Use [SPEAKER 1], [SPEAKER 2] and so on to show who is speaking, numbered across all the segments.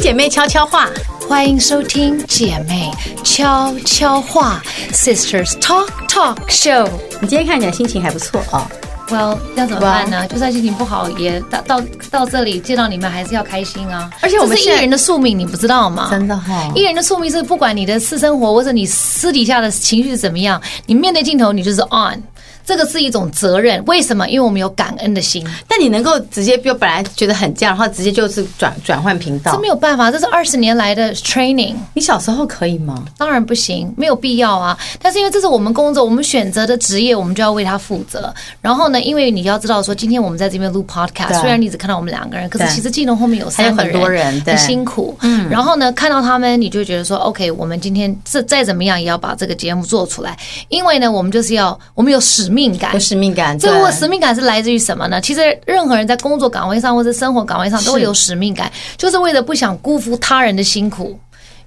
[SPEAKER 1] 姐妹悄悄话，
[SPEAKER 2] 欢迎收听姐妹悄悄话 Sisters Talk Talk Show。
[SPEAKER 1] 你今天看起来心情还不错哦。
[SPEAKER 2] Well，要怎么办呢？就算心情不好，也到到到这里见到你们，还是要开心啊。
[SPEAKER 1] 而且我们
[SPEAKER 2] 这是
[SPEAKER 1] 现在
[SPEAKER 2] 艺人的宿命，你不知道吗？
[SPEAKER 1] 哦真的哈
[SPEAKER 2] 艺人的宿命是不管你的私生活或者你私底下的情绪是怎么样，你面对镜头你就是 on，这个是一种责任。为什么？因为我们有感恩的心，
[SPEAKER 1] 但你能够直接，就本来觉得很犟，然后直接就是转转换频
[SPEAKER 2] 这
[SPEAKER 1] 道
[SPEAKER 2] 没。有办法，这是二十年来的 training。
[SPEAKER 1] 你小时候可以吗？
[SPEAKER 2] 当然不行，没有必要啊。但是因为这是我们工作，我们选择的职业，我们就要为它负责。然后呢，因为你要知道说，今天我们在这边录 podcast，
[SPEAKER 1] 对
[SPEAKER 2] 虽然你只看到我们两个人，可
[SPEAKER 1] 对
[SPEAKER 2] 是其实技能后面有三个
[SPEAKER 1] 还有很多人对
[SPEAKER 2] 很辛苦。嗯，然后呢，看到他们，你就会觉得说，OK，我们今天这再怎么样也要把这个节目做出来，因为呢，我们就是要我们有使命感
[SPEAKER 1] 有。使命感。
[SPEAKER 2] 这
[SPEAKER 1] 对
[SPEAKER 2] 个使命感是来自于什么呢？其实任何人在工作岗位上或者生活岗位上都会
[SPEAKER 1] 是
[SPEAKER 2] 有使命感，就是为了不想辜负他人的辛苦，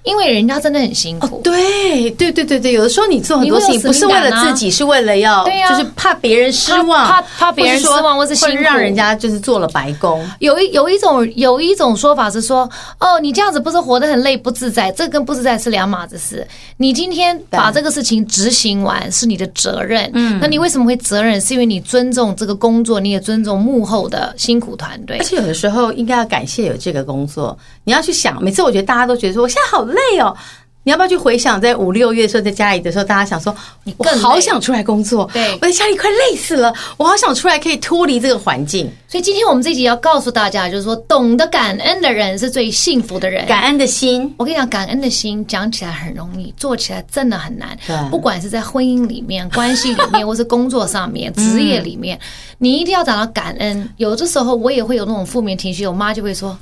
[SPEAKER 2] 因为人家真的很辛
[SPEAKER 1] 哦
[SPEAKER 2] 苦。
[SPEAKER 1] 对对对对对，有的时候你做很多事情
[SPEAKER 2] 你会
[SPEAKER 1] 不
[SPEAKER 2] 有
[SPEAKER 1] 是
[SPEAKER 2] 使
[SPEAKER 1] 为
[SPEAKER 2] 命感啊
[SPEAKER 1] 了自己，是为了要
[SPEAKER 2] 对啊
[SPEAKER 1] 就是怕别人失望，
[SPEAKER 2] 怕怕怕别人
[SPEAKER 1] 或是说
[SPEAKER 2] 失望或是辛苦
[SPEAKER 1] 会让人家就是做了白工。
[SPEAKER 2] 有一有一种有一种说法是说，哦，你这样子不是活得很累不自在，这跟不自在是两码子事。你今天把这个事情执行完是你的责任，嗯，那你为什么会责任？是因为你尊重这个工作，你也尊重幕后的辛苦团队
[SPEAKER 1] 而。且有的时候应该要感谢有这个工作，你要去想，每次我觉得大家都觉得说我现在好累哦。你要不要去回想，在五六月的时候，在家里的时候，大家想说，我
[SPEAKER 2] 更累
[SPEAKER 1] 好想出来工作，
[SPEAKER 2] 对
[SPEAKER 1] 我在家里快累死了，我好想出来可以脱离这个环境。
[SPEAKER 2] 所以今天我们这集要告诉大家，就是说，懂得感恩的人是最幸福的人。
[SPEAKER 1] 感恩的心，
[SPEAKER 2] 我跟你讲，感恩的心讲起来很容易，做起来真的很难
[SPEAKER 1] 对。
[SPEAKER 2] 不管是在婚姻里面、关系里面，或是工作上面、职业里面，你一定要找到感恩。有的时候我也会有那种负面情绪，我妈就会说：“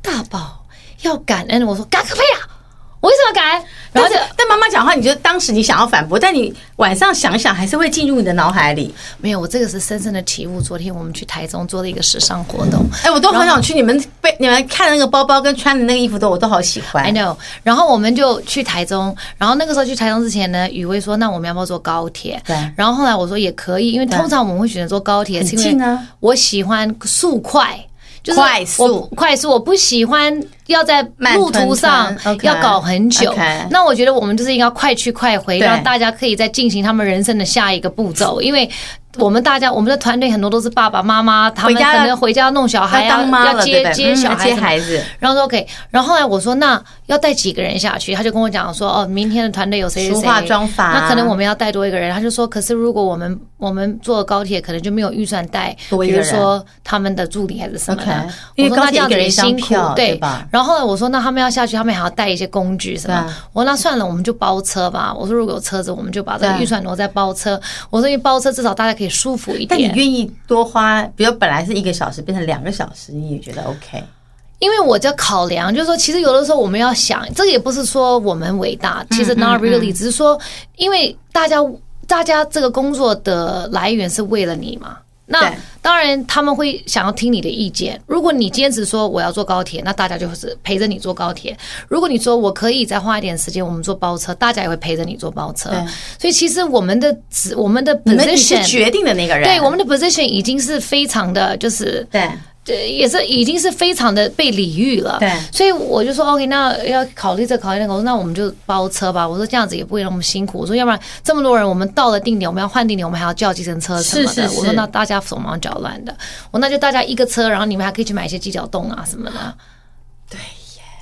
[SPEAKER 2] 大宝要感恩。”我说：“感个屁啊！我为什么要感恩？”然
[SPEAKER 1] 但
[SPEAKER 2] 后
[SPEAKER 1] 是
[SPEAKER 2] 就
[SPEAKER 1] 但妈妈讲话，你觉得当时你想要反驳，但你晚上想想，还是会进入你的脑海里。
[SPEAKER 2] 没有，我这个是深深的体悟。昨天我们去台中做了一个时尚活动，
[SPEAKER 1] 哎、我都好想去你们被你们看的那个包包跟穿的那个衣服都，我都好喜欢
[SPEAKER 2] I。know。然后我们就去台中，然后那个时候去台中之前呢，雨薇说：“那我们要不要坐高铁？”
[SPEAKER 1] 对
[SPEAKER 2] 然后后来我说也可以，因为通常我们会选择坐高铁，
[SPEAKER 1] 很
[SPEAKER 2] 是因
[SPEAKER 1] 近
[SPEAKER 2] 为
[SPEAKER 1] 啊
[SPEAKER 2] 我喜欢速快。就是
[SPEAKER 1] 快速
[SPEAKER 2] 我快速，我不喜欢要在
[SPEAKER 1] 慢
[SPEAKER 2] 路
[SPEAKER 1] 吞
[SPEAKER 2] 途
[SPEAKER 1] 吞
[SPEAKER 2] 上
[SPEAKER 1] OK，
[SPEAKER 2] 要搞很久。
[SPEAKER 1] OK
[SPEAKER 2] 那我觉得我们就是应该快去快回，
[SPEAKER 1] 对
[SPEAKER 2] 让大家可以再进行他们人生的下一个步骤。因为我们大家，我们的团队很多都是爸爸妈妈，他们
[SPEAKER 1] 回家
[SPEAKER 2] 可
[SPEAKER 1] 了
[SPEAKER 2] 能回家弄小孩
[SPEAKER 1] 要
[SPEAKER 2] 啊，
[SPEAKER 1] 当妈
[SPEAKER 2] 要
[SPEAKER 1] 了，对
[SPEAKER 2] 接
[SPEAKER 1] 不对？
[SPEAKER 2] 接
[SPEAKER 1] 嗯
[SPEAKER 2] 小
[SPEAKER 1] 要
[SPEAKER 2] 孩
[SPEAKER 1] 接
[SPEAKER 2] 什么
[SPEAKER 1] 孩子，
[SPEAKER 2] 然后说 OK，然后后来我说那要带几个人下去，他就跟我讲说哦，明天的团队有谁谁
[SPEAKER 1] 梳
[SPEAKER 2] 谁，
[SPEAKER 1] 化妆法啊
[SPEAKER 2] 那可能我们要带多一个人。他就说，可是如果我们我们坐高铁，可能就没有预算带，
[SPEAKER 1] 多一
[SPEAKER 2] 比
[SPEAKER 1] 个
[SPEAKER 2] 如
[SPEAKER 1] 人
[SPEAKER 2] 说他们的助理还是什么
[SPEAKER 1] OK，
[SPEAKER 2] 的。
[SPEAKER 1] 因为
[SPEAKER 2] 我说
[SPEAKER 1] 高
[SPEAKER 2] 那
[SPEAKER 1] 铁一
[SPEAKER 2] 这样
[SPEAKER 1] 个
[SPEAKER 2] 子
[SPEAKER 1] 人
[SPEAKER 2] 也
[SPEAKER 1] 一张
[SPEAKER 2] 辛苦
[SPEAKER 1] 票，对
[SPEAKER 2] 对
[SPEAKER 1] 吧
[SPEAKER 2] 然后呢，我说那他们要下去，他们还要带一些工具什么
[SPEAKER 1] 对。
[SPEAKER 2] 我说那算了，我们就包车吧。我说如果有车子，我们就把这个
[SPEAKER 1] 对
[SPEAKER 2] 预算挪在包车。我说因为包车至少大家可以舒服一
[SPEAKER 1] 但你
[SPEAKER 2] 点。
[SPEAKER 1] 愿意多花，比如本来是一个小时变成两个小时，你也觉得 OK？
[SPEAKER 2] 因为我在考量，就是说，其实有的时候我们要想，这个也不是说我们伟大，
[SPEAKER 1] 嗯
[SPEAKER 2] 其实 not really，、只是说，因为大家大家这个工作的来源是为了你嘛。那
[SPEAKER 1] 对
[SPEAKER 2] 当然，他们会想要听你的意见。如果你坚持说我要坐高铁，那大家就是陪着你坐高铁；如果你说我可以再花一点时间，我们坐包车，大家也会陪着你坐包车
[SPEAKER 1] 对。
[SPEAKER 2] 所以其实我们的职，我们的
[SPEAKER 1] 你们你是
[SPEAKER 2] position，
[SPEAKER 1] 决定的那个人，
[SPEAKER 2] 对我们的 position 已经是非常的就是
[SPEAKER 1] 对
[SPEAKER 2] 对，也是已经是非常的被礼遇了。
[SPEAKER 1] 对
[SPEAKER 2] 所以我就说 OK，那要考虑这考虑那个，我说那我们就包车吧。我说这样子也不会那么辛苦。我说要不然这么多人，我们到了定点，我们要换定点，我们还要叫计程车什么的。
[SPEAKER 1] 是是是
[SPEAKER 2] 我说那大家手忙脚乱的，我那就大家一个车，然后你们还可以去买一些鸡脚冻啊什么的。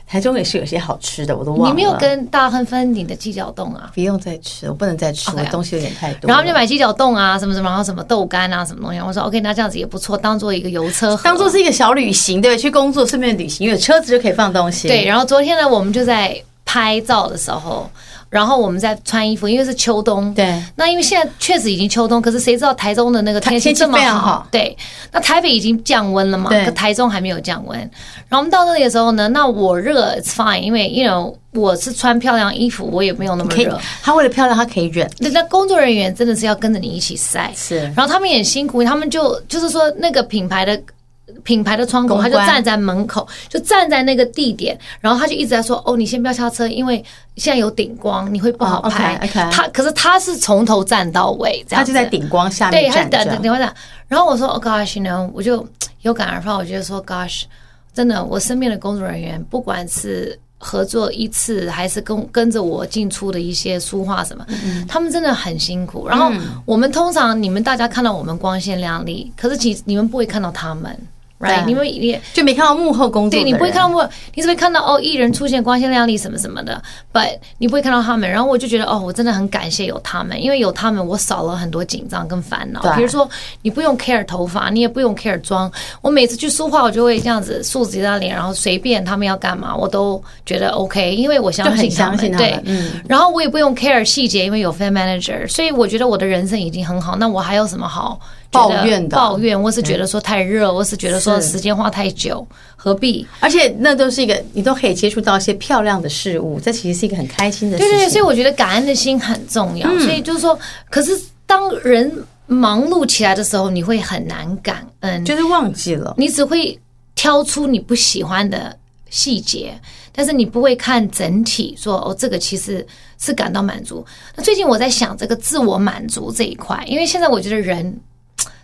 [SPEAKER 1] 台中也是有些好吃的，我都忘了。
[SPEAKER 2] 你没有跟大亨分你的鸡脚冻啊？
[SPEAKER 1] 不用再吃，我不能再吃
[SPEAKER 2] OK
[SPEAKER 1] 我东西有点太多。
[SPEAKER 2] 哦啊然后他们就买鸡脚冻啊，什么什么，然后什么豆干啊，什么东西。我说 OK，那这样子也不错，当做一个油车盒，
[SPEAKER 1] 当做是一个小旅行，对不对？去工作顺便旅行，因为有车子就可以放东西。
[SPEAKER 2] 对，，然后昨天呢，我们就在拍照的时候，然后我们在穿衣服，因为是秋冬。
[SPEAKER 1] 对。
[SPEAKER 2] 那因为现在确实已经秋冬，可是谁知道台中的那个天气
[SPEAKER 1] 天气
[SPEAKER 2] 这么
[SPEAKER 1] 非常
[SPEAKER 2] 好？
[SPEAKER 1] 好
[SPEAKER 2] 对，那台北已经降温了嘛，
[SPEAKER 1] 对
[SPEAKER 2] 可台中还没有降温。然后我们到那里的时候呢，那我热 it's fine，因为 you know 我是穿漂亮衣服，我也没有那么
[SPEAKER 1] 可以
[SPEAKER 2] 热。。
[SPEAKER 1] 他为了漂亮，他可以忍。
[SPEAKER 2] 那那工作人员真的是要跟着你一起晒，
[SPEAKER 1] 是
[SPEAKER 2] 然后他们也很辛苦，他们就就是说那个品牌的。品牌的窗口，
[SPEAKER 1] 公
[SPEAKER 2] 他
[SPEAKER 1] 关
[SPEAKER 2] 就站在门口，就站在那个地点，然后他就一直在说：“哦，你先不要下车，因为现在有顶光，你会不好
[SPEAKER 1] 哦，OK，
[SPEAKER 2] 拍。
[SPEAKER 1] OK
[SPEAKER 2] 他可是他是从头站到尾，
[SPEAKER 1] 他
[SPEAKER 2] 这样
[SPEAKER 1] 就
[SPEAKER 2] 子
[SPEAKER 1] 在顶光下
[SPEAKER 2] 对，
[SPEAKER 1] 面
[SPEAKER 2] 他
[SPEAKER 1] 站
[SPEAKER 2] 等等
[SPEAKER 1] 着。
[SPEAKER 2] 等会儿然后我说，Oh gosh，you know，我就有感而发，我觉得说，Gosh，真的，我身边的工作人员，不管是合作一次，还是跟跟着我进出的一些书画什么，
[SPEAKER 1] 嗯
[SPEAKER 2] 他们真的很辛苦。然后我们通常你们大家看到我们光鲜亮丽，可是其实你们不会看到他们
[SPEAKER 1] 对
[SPEAKER 2] ，right？你们也
[SPEAKER 1] 就没看到幕后工作的人，
[SPEAKER 2] 对你不会看到我，你只会看到哦，艺人出现光鲜亮丽什么什么的，but 你不会看到他们。然后我就觉得哦，我真的很感谢有他们，因为有他们，我少了很多紧张跟烦恼
[SPEAKER 1] 对。
[SPEAKER 2] 比如说，你不用 care 头发，你也不用 care 妆。我每次去梳化，我就会这样子竖直一张脸，然后随便他们要干嘛，我都觉得 OK，因为我相
[SPEAKER 1] 就很
[SPEAKER 2] 信他
[SPEAKER 1] 相
[SPEAKER 2] 们。
[SPEAKER 1] 信他
[SPEAKER 2] 对
[SPEAKER 1] 们，，嗯，
[SPEAKER 2] 然后我也不用 care 细节，因为有 fan manager，所以我觉得我的人生已经很好。那我还有什么好觉得
[SPEAKER 1] 抱怨的
[SPEAKER 2] 抱怨，我是觉得说太热，我是觉得说
[SPEAKER 1] 是
[SPEAKER 2] 时间花太久，何必？
[SPEAKER 1] 而且那都是一个你都可以接触到一些漂亮的事物，这其实是一个很开心的事
[SPEAKER 2] 对
[SPEAKER 1] 情。嗯
[SPEAKER 2] 对对，所以我觉得感恩的心很重要。所以就是说，可是当人忙碌起来的时候，你会很难感恩，
[SPEAKER 1] 就是忘记了，
[SPEAKER 2] 你只会挑出你不喜欢的细节，但是你不会看整体说，哦，这个其实是感到满足。那最近我在想这个自我满足这一块，因为现在我觉得人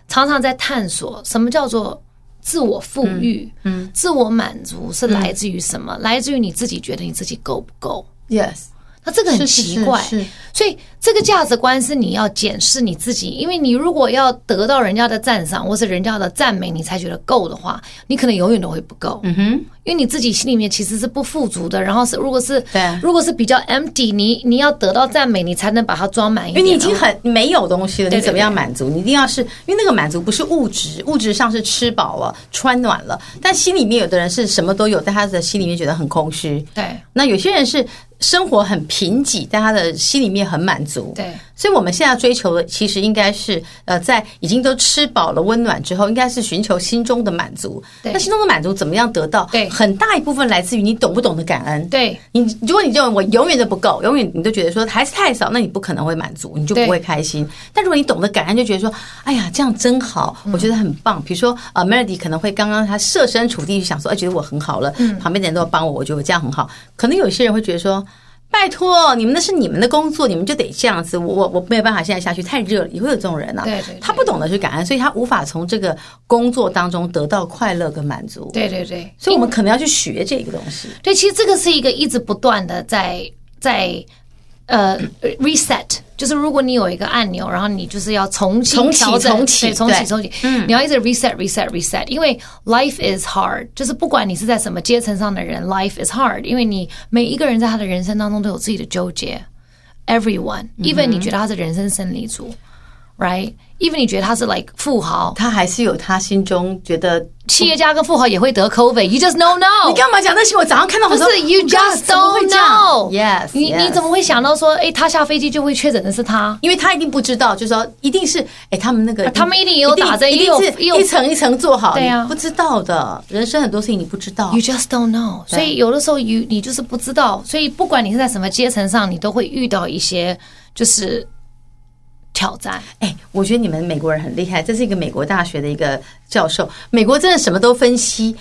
[SPEAKER 2] 常常在探索什么叫做。自我富裕，嗯，自我满足是来自于什么？来自于你自己觉得你自己够不够？
[SPEAKER 1] ，yes，
[SPEAKER 2] 那这个很
[SPEAKER 1] 是是
[SPEAKER 2] 奇怪，
[SPEAKER 1] 是是
[SPEAKER 2] 所以这个价值观是你要检视你自己，因为你如果要得到人家的赞赏或是人家的赞美，你才觉得够的话，你可能永远都会不够。嗯哼，因为你自己心里面其实是不富足的，然后是如果是
[SPEAKER 1] 对
[SPEAKER 2] 如果是比较 empty，你你要得到赞美，你才能把它装满一
[SPEAKER 1] 因为
[SPEAKER 2] 点。
[SPEAKER 1] 你
[SPEAKER 2] 哦
[SPEAKER 1] 已经
[SPEAKER 2] 然后
[SPEAKER 1] 很没有东西了，
[SPEAKER 2] 对
[SPEAKER 1] 你
[SPEAKER 2] 对
[SPEAKER 1] 怎么样满足？你一定要是因为那个满足不是物质，物质上是吃饱了、穿暖了，但心里面有的人是什么都有，但他的心里面觉得很空虚。
[SPEAKER 2] 对
[SPEAKER 1] 那有些人是生活很贫瘠，但他的心里面很满足。
[SPEAKER 2] 对
[SPEAKER 1] 所以我们现在追求的其实应该是，呃，在已经都吃饱了温暖之后，应该是寻求心中的满足。
[SPEAKER 2] 对
[SPEAKER 1] 那心中的满足怎么样得到？
[SPEAKER 2] 对
[SPEAKER 1] 很大一部分来自于你懂不懂得感恩。
[SPEAKER 2] 对
[SPEAKER 1] 你如果你认为我永远都不够，永远你都觉得说还是太少，那你不可能会满足，你就不会开心。但如果你懂得感恩，就觉得说，哎呀，这样真好，
[SPEAKER 2] 嗯
[SPEAKER 1] 我觉得很棒。比如说，呃，Melody 可能会刚刚她设身处地去想说，哎，觉得我很好了，
[SPEAKER 2] 嗯
[SPEAKER 1] 旁边的人都要帮我，我觉得我这样很好。可能有些人会觉得说。拜托，你们那是你们的工作，你们就得这样子。我我我没有办法，现在下去太热了，也会有这种人啊。
[SPEAKER 2] 对对对
[SPEAKER 1] 他不懂得去感恩，所以他无法从这个工作当中得到快乐跟满足。
[SPEAKER 2] 对对对，
[SPEAKER 1] 所以我们可能要去学这个东西。
[SPEAKER 2] 对，其实这个是一个一直不断的在在呃 reset，就是如果你有一个按钮，然后你就是要重新
[SPEAKER 1] 重启
[SPEAKER 2] 调整，
[SPEAKER 1] 重启
[SPEAKER 2] 对重
[SPEAKER 1] 对嗯
[SPEAKER 2] 启重启，你要一直 reset reset reset，因为 life is hard，就是不管你是在什么阶层上的人，life is hard，因为你每一个人在他的人生当中都有自己的纠结，everyone，even
[SPEAKER 1] 嗯
[SPEAKER 2] 你觉得他是人生胜利组，right，even 你觉得他是 like 富豪。
[SPEAKER 1] 他还是有他心中觉得，你
[SPEAKER 2] 企业家跟富豪也会得 COVID，you just don't know。
[SPEAKER 1] 干嘛讲那些？我早上看到我
[SPEAKER 2] 不
[SPEAKER 1] 说
[SPEAKER 2] 是，you just don't know。
[SPEAKER 1] Yes，
[SPEAKER 2] 你你怎么？会想到说，哎，他下飞机就会确诊的是他？
[SPEAKER 1] 因为他一定不知道，就是说一定是哎，他们那个
[SPEAKER 2] 他们一定也有打针
[SPEAKER 1] 一
[SPEAKER 2] 也有
[SPEAKER 1] 定是
[SPEAKER 2] 也有
[SPEAKER 1] 一层一层做好，
[SPEAKER 2] 对呀
[SPEAKER 1] 你不知道的。人生很多事情你不知道
[SPEAKER 2] You，just don't know，所以有的时候 you 你就是不知道，所以不管你是在什么阶层上，你都会遇到一些就是挑战。
[SPEAKER 1] 哎，我觉得你们美国人很厉害，这是一个美国大学的一个教授，美国真的什么都分析。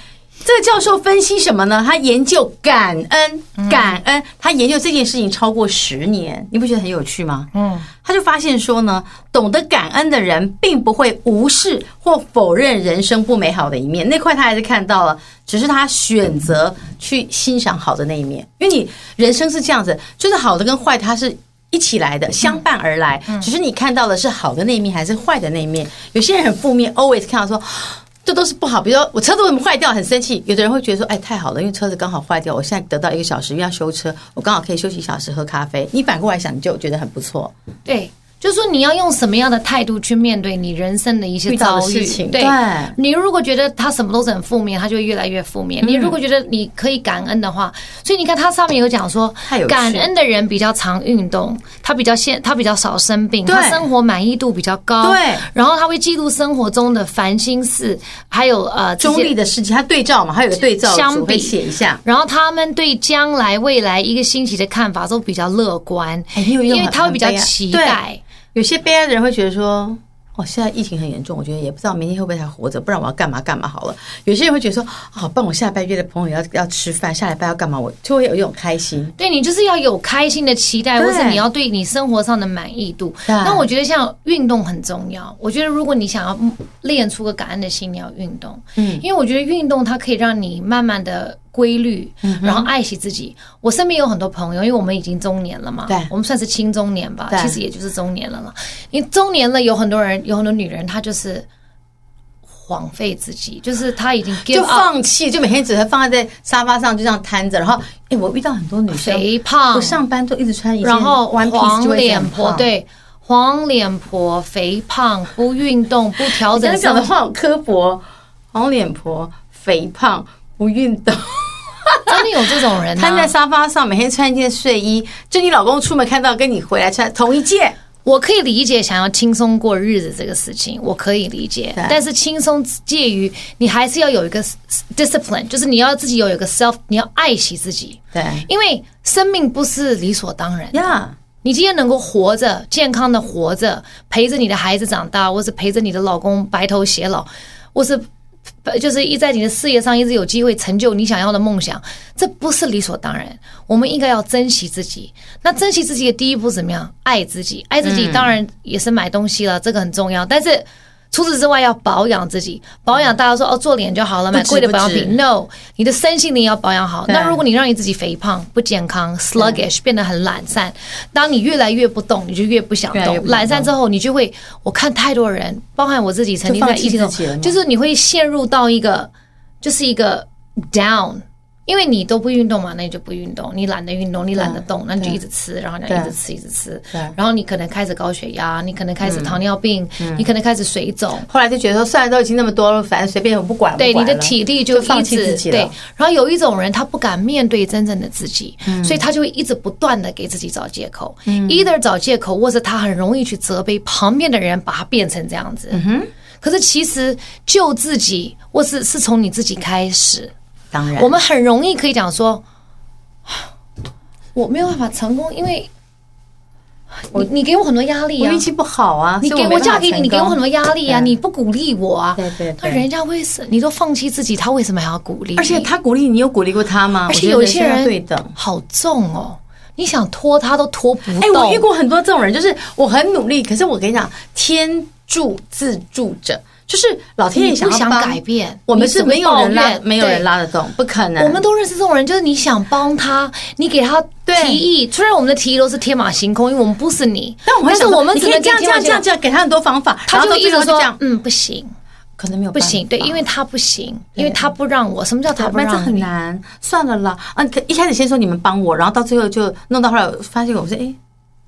[SPEAKER 1] 这个教授分析什么呢？他研究感恩，感恩，他研究这件事情超过十年，你不觉得很有趣吗？嗯，他就发现说呢，懂得感恩的人并不会无视或否认人生不美好的一面，那块他还是看到了，只是他选择去欣赏好的那一面，因为你人生是这样子，就是好的跟坏的，它是一起来
[SPEAKER 2] 嗯
[SPEAKER 1] 的，相伴而来。只是你看到的是好的那一面还是坏的那一面。有些人很负面，always 看到说。这都是不好，比如说我车子为什么坏掉，很生气。有的人会觉得说，哎，太好了，因为车子刚好坏掉，我现在得到一个小时，因为要修车，我刚好可以休息一小时喝咖啡。你反过来想，你就觉得很不错。
[SPEAKER 2] 对，就是说你要用什么样的态度去面对你人生的一些
[SPEAKER 1] 遇到的
[SPEAKER 2] 遭遇
[SPEAKER 1] 事情
[SPEAKER 2] 对
[SPEAKER 1] 对
[SPEAKER 2] 你如果觉得他什么都是很负面，他就会越来越负
[SPEAKER 1] 嗯
[SPEAKER 2] 面。你如果觉得你可以感恩的话，所以你看他上面有讲说
[SPEAKER 1] 太有，趣
[SPEAKER 2] 感恩的人比较常运动，他比较现，他比较少生病，
[SPEAKER 1] 对
[SPEAKER 2] 他生活满意度比较高，
[SPEAKER 1] 对
[SPEAKER 2] 然后他会记录生活中的烦心事，还有呃这
[SPEAKER 1] 中
[SPEAKER 2] 些
[SPEAKER 1] 立的事情，它对照嘛，它有个对照
[SPEAKER 2] 相
[SPEAKER 1] 组，
[SPEAKER 2] 比
[SPEAKER 1] 会写一下。
[SPEAKER 2] 然后他们对将来未来一个星期的看法都比较乐观，
[SPEAKER 1] 哎你有一
[SPEAKER 2] 因
[SPEAKER 1] 种
[SPEAKER 2] 为
[SPEAKER 1] 很
[SPEAKER 2] 他会比较
[SPEAKER 1] 很悲哀
[SPEAKER 2] 期
[SPEAKER 1] 对
[SPEAKER 2] 待。
[SPEAKER 1] 有些悲哀的人会觉得说，哦，现在疫情很严重，我觉得也不知道明天会不会还活着，不然我要干嘛干嘛好了。有些人会觉得说，好、哦，帮我下礼拜约的朋友要要吃饭，下礼拜要干嘛，我就会有一种开心。
[SPEAKER 2] 对你就是要有开心的期待，
[SPEAKER 1] 对
[SPEAKER 2] 或是你要对你生活上的满意度。
[SPEAKER 1] 对
[SPEAKER 2] 那我觉得像运动很重要。我觉得如果你想要练出个感恩的心，你要运动。嗯，因为我觉得运动它可以让你慢慢的规律，
[SPEAKER 1] 嗯
[SPEAKER 2] 然后爱惜自己。我身边有很多朋友，因为我们已经中年了嘛，
[SPEAKER 1] 对
[SPEAKER 2] 我们算是青中年吧
[SPEAKER 1] 对，
[SPEAKER 2] 其实也就是中年了啦。你中年了，有很多人，有很多女人，她就是。荒废自己，就是她已经 give
[SPEAKER 1] 就
[SPEAKER 2] up
[SPEAKER 1] 放弃，就每天只会放在沙发上就这样瘫着。然后，哎，我遇到很多女生，
[SPEAKER 2] 肥胖，
[SPEAKER 1] 我上班都一直穿一件
[SPEAKER 2] 然后
[SPEAKER 1] one piece 就
[SPEAKER 2] 黄
[SPEAKER 1] 会这样
[SPEAKER 2] 脸婆，
[SPEAKER 1] 胖。
[SPEAKER 2] 对，黄脸婆、肥胖、 不运动、不调
[SPEAKER 1] 我刚
[SPEAKER 2] 整
[SPEAKER 1] 刚讲
[SPEAKER 2] 生
[SPEAKER 1] 的
[SPEAKER 2] 活，
[SPEAKER 1] 话好刻薄，黄脸婆、肥胖、不运动，
[SPEAKER 2] 真的有这种 人
[SPEAKER 1] 瘫在
[SPEAKER 2] 啊！
[SPEAKER 1] 沙发上，每天穿一件睡衣，就你老公出门看到跟你回来穿同一件，
[SPEAKER 2] 我可以理解想要轻松过日子这个事情，我可以理解
[SPEAKER 1] 对，
[SPEAKER 2] 但是轻松介于你还是要有一个 s- discipline，就是你要自己有一个 self，你要爱惜自己，
[SPEAKER 1] 对
[SPEAKER 2] 因为生命不是理所当然的。
[SPEAKER 1] 呀。
[SPEAKER 2] 你今天能够活着，健康的活着，陪着你的孩子长大，或是陪着你的老公白头偕老，或是呃就是一在你的事业上一直有机会成就你想要的梦想，这不是理所当然。我们应该要珍惜自己。那珍惜自己的第一步怎么样？爱自己，爱自
[SPEAKER 1] 嗯
[SPEAKER 2] 己当然也是买东西了，这个很重要。但是除此之外，要保养自己。保养大家说哦，做脸就好了，买
[SPEAKER 1] 止
[SPEAKER 2] 贵的保养
[SPEAKER 1] 嗯不止
[SPEAKER 2] 品。No，你的身心灵要保养好。
[SPEAKER 1] 对
[SPEAKER 2] 那如果你让你自己肥胖、不健康、sluggish，变得很懒散，当你越来越不动，你就越不想
[SPEAKER 1] 越来越不
[SPEAKER 2] 动。
[SPEAKER 1] 想
[SPEAKER 2] 懒散之后，你就会，我看太多人，包含我自己曾经
[SPEAKER 1] 就
[SPEAKER 2] 在
[SPEAKER 1] 放弃
[SPEAKER 2] 疫情
[SPEAKER 1] 自己了吗
[SPEAKER 2] 中，就是你会陷入到一个，就是一个 down。因为你都不运动嘛，那你就不运动，你懒得运动，你懒得动，那你就一直吃，然后你就一直吃，一直吃
[SPEAKER 1] 对，嗯
[SPEAKER 2] 然后你可能开始高血压，你可能开始糖尿病，你可能开始水肿，
[SPEAKER 1] 后来就觉得说，算了，都已经那么多了，反正随便我不管。
[SPEAKER 2] 对
[SPEAKER 1] 不
[SPEAKER 2] 你
[SPEAKER 1] 管
[SPEAKER 2] 的
[SPEAKER 1] 了
[SPEAKER 2] 体力
[SPEAKER 1] 就
[SPEAKER 2] 就
[SPEAKER 1] 放
[SPEAKER 2] 一
[SPEAKER 1] 弃
[SPEAKER 2] 直
[SPEAKER 1] 自己了
[SPEAKER 2] 对，然后有一种人他不敢面对真正的自己，
[SPEAKER 1] 嗯
[SPEAKER 2] 所以他就会一直不断的给自己找借口、e i t h e r 找借口，或者他很容易去责备旁边的人，把他变成这样子。
[SPEAKER 1] 嗯
[SPEAKER 2] 可是其实救自己，或是是从你自己开始。
[SPEAKER 1] 当然
[SPEAKER 2] 我们很容易可以讲说， 我没有办法成功，因为你你给我很多压力
[SPEAKER 1] 我
[SPEAKER 2] 啊
[SPEAKER 1] 运。气不好啊，
[SPEAKER 2] 你
[SPEAKER 1] 所以
[SPEAKER 2] 给
[SPEAKER 1] 没
[SPEAKER 2] 我
[SPEAKER 1] 办法
[SPEAKER 2] 嫁给你，
[SPEAKER 1] 成
[SPEAKER 2] 你给我
[SPEAKER 1] 功
[SPEAKER 2] 很多压力啊！
[SPEAKER 1] 对
[SPEAKER 2] 你不鼓励我啊！
[SPEAKER 1] 对对
[SPEAKER 2] 那
[SPEAKER 1] 对
[SPEAKER 2] 人家为什你都放弃自己，他为什么还要鼓励你？
[SPEAKER 1] 而且他鼓励你，有鼓励过他吗？
[SPEAKER 2] 而
[SPEAKER 1] 我
[SPEAKER 2] 且
[SPEAKER 1] 觉得
[SPEAKER 2] 有一些
[SPEAKER 1] 生要
[SPEAKER 2] 人
[SPEAKER 1] 对等。
[SPEAKER 2] 好重哦，你想拖他都拖不动。
[SPEAKER 1] 哎、我遇过很多这种人，就是我很努力，可是我跟你讲，天助自助者，就是老天爷
[SPEAKER 2] 你不
[SPEAKER 1] 要
[SPEAKER 2] 想
[SPEAKER 1] 帮
[SPEAKER 2] 改，变，
[SPEAKER 1] 我们
[SPEAKER 2] 你
[SPEAKER 1] 是
[SPEAKER 2] 只会
[SPEAKER 1] 没有人
[SPEAKER 2] 抱
[SPEAKER 1] 拉
[SPEAKER 2] 怨，
[SPEAKER 1] 没有人。
[SPEAKER 2] 对
[SPEAKER 1] 拉得动，不可能。
[SPEAKER 2] 我们都认识这种人，就是你想帮他，你给他
[SPEAKER 1] 对
[SPEAKER 2] 提议，虽然我们的提议都是天马行空，因为我们不是你，
[SPEAKER 1] 但我会
[SPEAKER 2] 但是
[SPEAKER 1] 想说，
[SPEAKER 2] 我们
[SPEAKER 1] 你
[SPEAKER 2] 只
[SPEAKER 1] 可以
[SPEAKER 2] 能
[SPEAKER 1] 这样这样这样，这样，给他很多方法，
[SPEAKER 2] 他
[SPEAKER 1] 然
[SPEAKER 2] 就
[SPEAKER 1] 后到
[SPEAKER 2] 一
[SPEAKER 1] 最后
[SPEAKER 2] 直
[SPEAKER 1] 就
[SPEAKER 2] 说
[SPEAKER 1] 这样，
[SPEAKER 2] 嗯不行
[SPEAKER 1] 可能没有
[SPEAKER 2] 不行，对，因
[SPEAKER 1] 为。
[SPEAKER 2] 为他不行，因为他不让我，什么叫他不
[SPEAKER 1] 那这
[SPEAKER 2] 让
[SPEAKER 1] 很
[SPEAKER 2] 你？
[SPEAKER 1] 难，算了啦。啊，可一开始先说你们帮我，然后到最后就弄到后来，我发现我说，哎、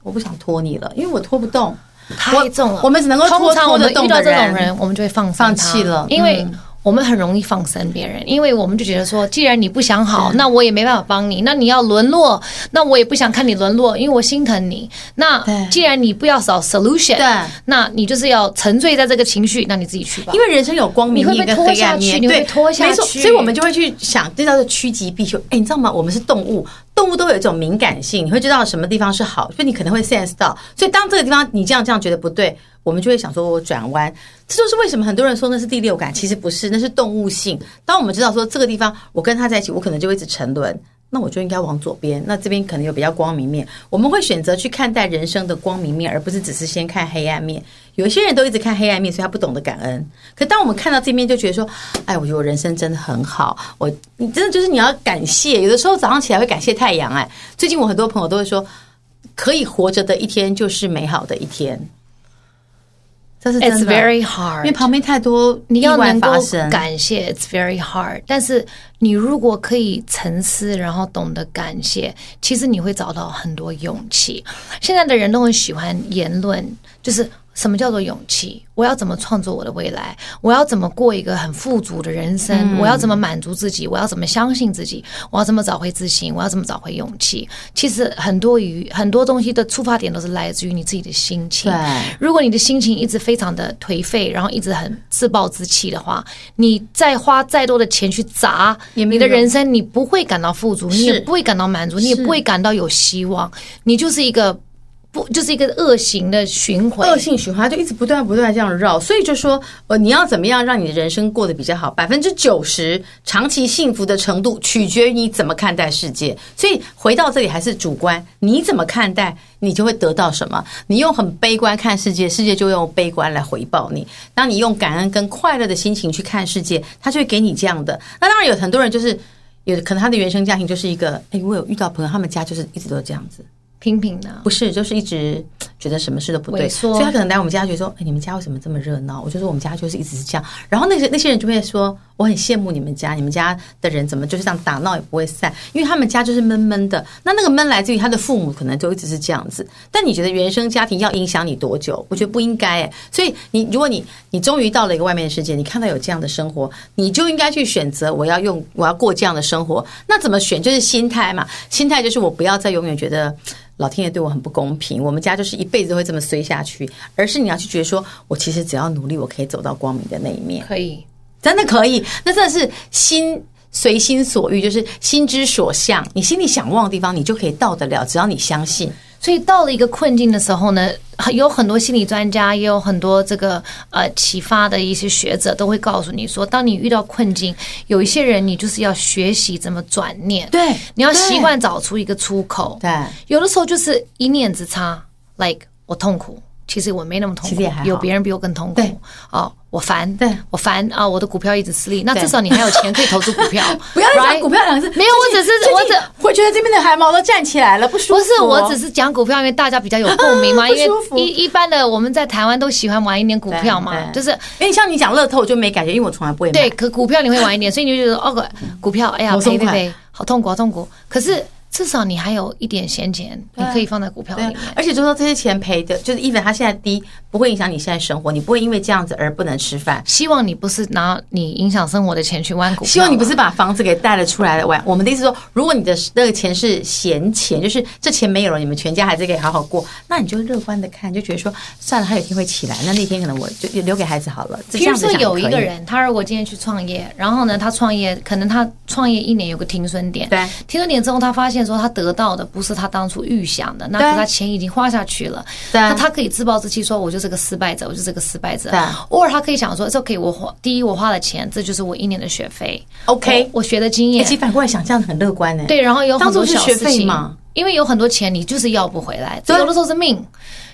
[SPEAKER 1] 我不想拖你了，因为我拖不动，
[SPEAKER 2] 太重了，
[SPEAKER 1] 我我们只能够拖
[SPEAKER 2] 通常
[SPEAKER 1] 拖
[SPEAKER 2] 我
[SPEAKER 1] 得
[SPEAKER 2] 们
[SPEAKER 1] 动
[SPEAKER 2] 遇
[SPEAKER 1] 的
[SPEAKER 2] 到这
[SPEAKER 1] 人
[SPEAKER 2] 种人，我们就会放生
[SPEAKER 1] 放
[SPEAKER 2] 他
[SPEAKER 1] 弃了嗯
[SPEAKER 2] 因为我们很容易放生别人，因为我们就觉得说，既然你不想好，
[SPEAKER 1] 嗯
[SPEAKER 2] 那我也没办法帮你，那你要沦落，那我也不想看你沦落，因为我心疼你。那
[SPEAKER 1] 对
[SPEAKER 2] 既然你不要找 solution，
[SPEAKER 1] 对
[SPEAKER 2] 那你就是要沉醉在这个情绪，那你自己去吧
[SPEAKER 1] 因。为人生有光明面跟黑暗面，
[SPEAKER 2] 你会
[SPEAKER 1] 对，
[SPEAKER 2] 被拖下去你会被拖下去
[SPEAKER 1] 没错，所以我们就会去想，这叫做趋吉避凶。哎，你知道吗？我们是动物，动物都有一种敏感性，你会知道什么地方是好，所以你可能会 sense 到。所以当这个地方你这样这样觉得不对，我们就会想说我转弯。这就是为什么很多人说那是第六感，其实不是，那是动物性。当我们知道说这个地方我跟他在一起，我可能就会一直沉沦。那我就应该往左边，那这边可能有比较光明面。我们会选择去看待人生的光明面，而不是只是先看黑暗面。有一些人都一直看黑暗面，所以他不懂得感恩。可当我们看到这面，就觉得说，哎，我觉得我人生真的很好。我你真的就是你要感谢，有的时候早上起来会感谢太阳。哎，最近我很多朋友都会说，可以活着的一天就是美好的一天。这是真
[SPEAKER 2] It's
[SPEAKER 1] 的
[SPEAKER 2] very
[SPEAKER 1] 因
[SPEAKER 2] hard，
[SPEAKER 1] 为旁边太多
[SPEAKER 2] 你
[SPEAKER 1] 意
[SPEAKER 2] 要
[SPEAKER 1] 外
[SPEAKER 2] 能够
[SPEAKER 1] 发生。
[SPEAKER 2] 感谢，it's very hard。但是你如果可以沉思，然后懂得感谢，其实你会找到很多勇气。现在的人都很喜欢言论，就是什么叫做勇气？我要怎么创作我的未来？我要怎么过一个很富足的人生？
[SPEAKER 1] 嗯
[SPEAKER 2] 我要怎么满足自己？我要怎么相信自己？我要怎么找回自信？我要怎么找回勇气？其实很多于很多东西的出发点都是来自于你自己的心情。
[SPEAKER 1] 对
[SPEAKER 2] 如果你的心情一直非常的颓废，然后一直很自暴自弃的话，你再花再多的钱去砸
[SPEAKER 1] 也没
[SPEAKER 2] 你
[SPEAKER 1] 有
[SPEAKER 2] 的人生，你不会感到富足，你也
[SPEAKER 1] 是
[SPEAKER 2] 不会感到满足，你也不会感到有希望，你就是一个。不就是一个恶行的循环。
[SPEAKER 1] 恶性循环，它就一直不断不断这样绕。所以就说，呃，你要怎么样让你的人生过得比较好？百分之九十长期幸福的程度取决于你怎么看待世界。所以回到这里还是主观，你怎么看待，你就会得到什么。你用很悲观看世界，世界就用悲观来回报你。当你用感恩跟快乐的心情去看世界，它就会给你这样的。那当然有很多人就是。有可能他的原生家庭就是一个，哎，我有遇到朋友，他们家就是一直都这样子，
[SPEAKER 2] 平平的啊，
[SPEAKER 1] 不是，就是一直觉得什么事都不对，
[SPEAKER 2] 萎缩
[SPEAKER 1] 所以他可能来我们家觉得说，哎，你们家为什么这么热闹？我就说我们家就是一直是这样。然后那些那些人就会说，我很羡慕你们家，你们家的人怎么就是这样打闹也不会散，因为他们家就是闷闷的。那那个闷来自于他的父母可能就一直是这样子。但你觉得原生家庭要影响你多久？我觉得不应该哎。所以你如果你你终于到了一个外面的世界，你看到有这样的生活，你就应该去选择我要用我要过这样的生活。那怎么选？就是心态嘛，心态就是我不要再永远觉得。老天爷对我很不公平，我们家就是一辈子都会这么衰下去，而是你要去觉得说，我其实只要努力，我可以走到光明的那一面，
[SPEAKER 2] 可以。
[SPEAKER 1] 真的可以。那真的是心随心所欲，就是心之所向，你心里想望的地方，你就可以到得了，只要你相信。
[SPEAKER 2] 所以到了一个困境的时候呢，有很多心理专家，也有很多这个呃启发的一些学者都会告诉你说，当你遇到困境，有一些人你就是要学习怎么转念，
[SPEAKER 1] 对
[SPEAKER 2] 你要习惯找出一个出口。
[SPEAKER 1] 对
[SPEAKER 2] 有的时候就是一念之差，like 我痛苦，其实我没那么痛
[SPEAKER 1] 其实也
[SPEAKER 2] 苦
[SPEAKER 1] 还好，
[SPEAKER 2] 有别人比我更痛苦
[SPEAKER 1] 对。
[SPEAKER 2] 哦，我烦，
[SPEAKER 1] 对
[SPEAKER 2] 我烦啊、我的股票一直失利，那
[SPEAKER 1] 对，
[SPEAKER 2] 至少你还有钱可以投资股票
[SPEAKER 1] 不要再讲
[SPEAKER 2] right？
[SPEAKER 1] 股票两个字，
[SPEAKER 2] 没有我
[SPEAKER 1] 最近
[SPEAKER 2] 只是
[SPEAKER 1] 最近
[SPEAKER 2] 我只
[SPEAKER 1] 会觉得这边的汗毛都站起来了，不舒服。
[SPEAKER 2] 不
[SPEAKER 1] 哦
[SPEAKER 2] 是，我只是讲股票，因为大家比较有共鸣 嘛。
[SPEAKER 1] 不
[SPEAKER 2] 因
[SPEAKER 1] 舒
[SPEAKER 2] 为
[SPEAKER 1] 服
[SPEAKER 2] 一一般的我们在台湾都喜欢玩一点股票嘛，
[SPEAKER 1] 对
[SPEAKER 2] 就是
[SPEAKER 1] 因为像你讲乐透，我就没感觉，因为我从来不会买。
[SPEAKER 2] 对，可股票你会玩一点，所以你就觉得哦，股票哎呀
[SPEAKER 1] 我松
[SPEAKER 2] 赔赔
[SPEAKER 1] 快
[SPEAKER 2] 赔，好痛苦，好啊痛苦。可是至少你还有一点闲钱，你可以放在股票里
[SPEAKER 1] 对啊
[SPEAKER 2] 面。，
[SPEAKER 1] 而且就说这些钱赔的，就是 even 他现在低，不会影响你现在生活，你不会因为这样子而不能吃饭。
[SPEAKER 2] 希望你不是拿你影响生活的钱去玩股票，
[SPEAKER 1] 希望你不是把房子给带了出来玩。我们的意思说，如果你的那个钱是闲钱，就是这钱没有了，你们全家还是可以好好过，那你就乐观的看，就觉得说算了，他有一天会起来，那那天可能我就留给孩子好了。这
[SPEAKER 2] 比如
[SPEAKER 1] 样子
[SPEAKER 2] 说
[SPEAKER 1] 想
[SPEAKER 2] 有一
[SPEAKER 1] 可
[SPEAKER 2] 个
[SPEAKER 1] 以，
[SPEAKER 2] 人，他如果今天去创业，然后呢，他创业可能他创业一年有个停损点，
[SPEAKER 1] 对
[SPEAKER 2] 停损点之后，他发现说他得到的不是他当初预想的，那
[SPEAKER 1] 对
[SPEAKER 2] 可他钱已经花下去了，
[SPEAKER 1] 对
[SPEAKER 2] 那他可以自暴自弃，说我就是个失败者，我就是个失败者
[SPEAKER 1] 对。
[SPEAKER 2] 偶尔他可以想说，这 OK，我花第一我花了钱，这就是我一年的学费
[SPEAKER 1] OK
[SPEAKER 2] 我我学的经
[SPEAKER 1] 欸
[SPEAKER 2] 验
[SPEAKER 1] 其，实反过来想，这样子很乐观呢、
[SPEAKER 2] 对，然后有很多
[SPEAKER 1] 当
[SPEAKER 2] 小
[SPEAKER 1] 作是
[SPEAKER 2] 事
[SPEAKER 1] 学费
[SPEAKER 2] 情
[SPEAKER 1] 嘛
[SPEAKER 2] 因为有很多钱你就是要不回来，
[SPEAKER 1] 对
[SPEAKER 2] 有的时候是命。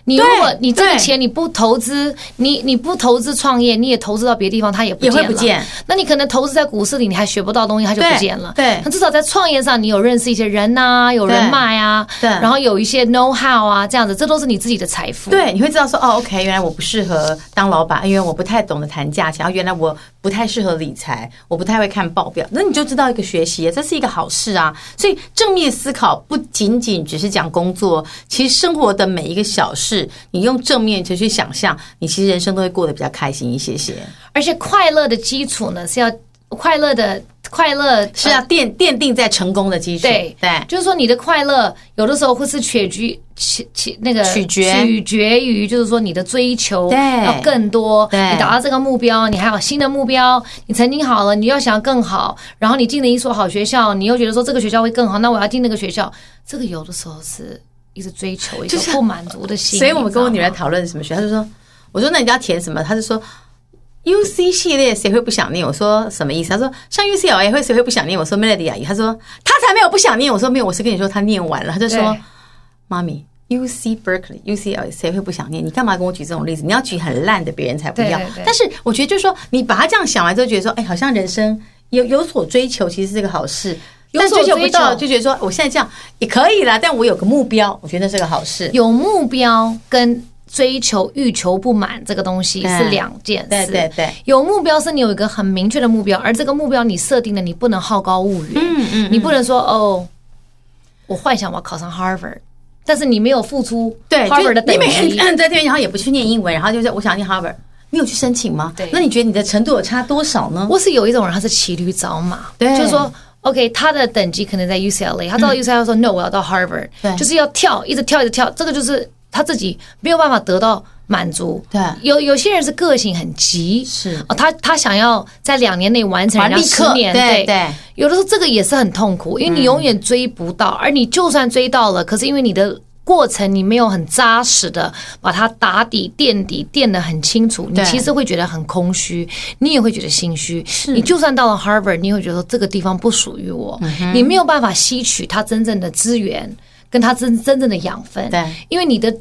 [SPEAKER 2] 你如果
[SPEAKER 1] 对
[SPEAKER 2] 你这个
[SPEAKER 1] 对
[SPEAKER 2] 钱你不投资，你你不投资创业，你也投资到别的地方，它也不
[SPEAKER 1] 也会
[SPEAKER 2] 了
[SPEAKER 1] 不见。
[SPEAKER 2] 那你可能投资在股市里，你还学不到东西，它就不
[SPEAKER 1] 对
[SPEAKER 2] 见了。
[SPEAKER 1] 对
[SPEAKER 2] 那至少在创业上，你有认识一些人呐、有人
[SPEAKER 1] 对
[SPEAKER 2] 脉啊，
[SPEAKER 1] 对
[SPEAKER 2] 然后有一些 know how 啊，这样子，这都是你自己的财富。
[SPEAKER 1] 对，你会知道说，哦，OK，原来我不适合当老板，因为我不太懂得谈价钱，然后原来我不太适合理财，我不太会看报表，那你就知道一个学习，这是一个好事啊。所以正面思考不仅仅只是讲工作，其实生活的每一个小事，你用正面去去想象，你其实人生都会过得比较开心一些些。
[SPEAKER 2] 而且快乐的基础呢是要快乐的快乐呃
[SPEAKER 1] 是啊，奠奠定在成功的基础。
[SPEAKER 2] 对
[SPEAKER 1] 对。
[SPEAKER 2] 就是说你的快乐有的时候会是取决取取那个
[SPEAKER 1] 取决
[SPEAKER 2] 取决于就是说你的追求
[SPEAKER 1] 对
[SPEAKER 2] 要更多，
[SPEAKER 1] 对
[SPEAKER 2] 你达到这个目标，你还有新的目标，你曾经好了，你要想更好，然后你进了一所好学校，你又觉得说这个学校会更好，那我要进那个学校，这个有的时候是一直追求一个不满足的心，
[SPEAKER 1] 所以我们跟我女儿
[SPEAKER 2] 你知道吗
[SPEAKER 1] 讨论什么学，她就说，我说那你要填什么？她就说。U C 系列谁会不想念？我说什么意思？她说上 U C L A 会谁会不想念？我说 Melody 阿姨，她说她才没有不想念。我说没有，我是跟你说她念完了。她就说
[SPEAKER 2] 对
[SPEAKER 1] 妈咪，U C Berkeley U C L A 谁会不想念？你干嘛跟我举这种例子？你要举很烂的，别人才不要
[SPEAKER 2] 对对对。
[SPEAKER 1] 但是我觉得就是说，你把她这样想完之后，觉得说，哎，好像人生有有所追求，其实是个好事。
[SPEAKER 2] 有
[SPEAKER 1] 但
[SPEAKER 2] 所
[SPEAKER 1] 追求不
[SPEAKER 2] 追
[SPEAKER 1] 到，
[SPEAKER 2] 求
[SPEAKER 1] 就觉得说我现在这样也可以啦，但我有个目标，我觉得那是个好事。
[SPEAKER 2] 有目标跟追求欲求不满这个东西
[SPEAKER 1] 对
[SPEAKER 2] 是两件事。
[SPEAKER 1] 对对对，
[SPEAKER 2] 有目标是你有一个很明确的目标，而这个目标你设定的，你不能好高骛远。嗯嗯，你不能说哦，我幻想我考上 Harvard，但是你没有付出
[SPEAKER 1] 对，就
[SPEAKER 2] Harvard
[SPEAKER 1] 是
[SPEAKER 2] 的等
[SPEAKER 1] 你每天
[SPEAKER 2] 级。
[SPEAKER 1] 嗯 在这边，然后也不去念英文，然后就是我想念 Harvard，你有去申请吗？
[SPEAKER 2] 对
[SPEAKER 1] 那你觉得你的程度有差多少呢？
[SPEAKER 2] 我是有一种人，他是骑驴找马，
[SPEAKER 1] 嗯对嗯
[SPEAKER 2] 就是说。OK，他的等级可能在 UCLA，他到 UCLA 说、No，我要到 Harvard，
[SPEAKER 1] 对
[SPEAKER 2] 就是要跳，一直跳，一直跳，这个就是他自己没有办法得到满足。
[SPEAKER 1] 对
[SPEAKER 2] 有有些人是个性很急，
[SPEAKER 1] 是
[SPEAKER 2] 哦，他他想要在两年内完成
[SPEAKER 1] 完
[SPEAKER 2] 人家
[SPEAKER 1] 立刻
[SPEAKER 2] 十年，
[SPEAKER 1] 对对嗯
[SPEAKER 2] 有的时候这个也是很痛苦，因为你永远追不到，而你就算追到了，可是因为你的过程你没有很扎实的把它打底、垫底、垫得很清楚，你
[SPEAKER 1] 对
[SPEAKER 2] 其实会觉得很空虚，你也会觉得心虚。你就算到了 Harvard，你也会觉得这个地方不属于我，你没有办法吸取它真正的资源，跟它真真正的养分。
[SPEAKER 1] 对
[SPEAKER 2] 因为你的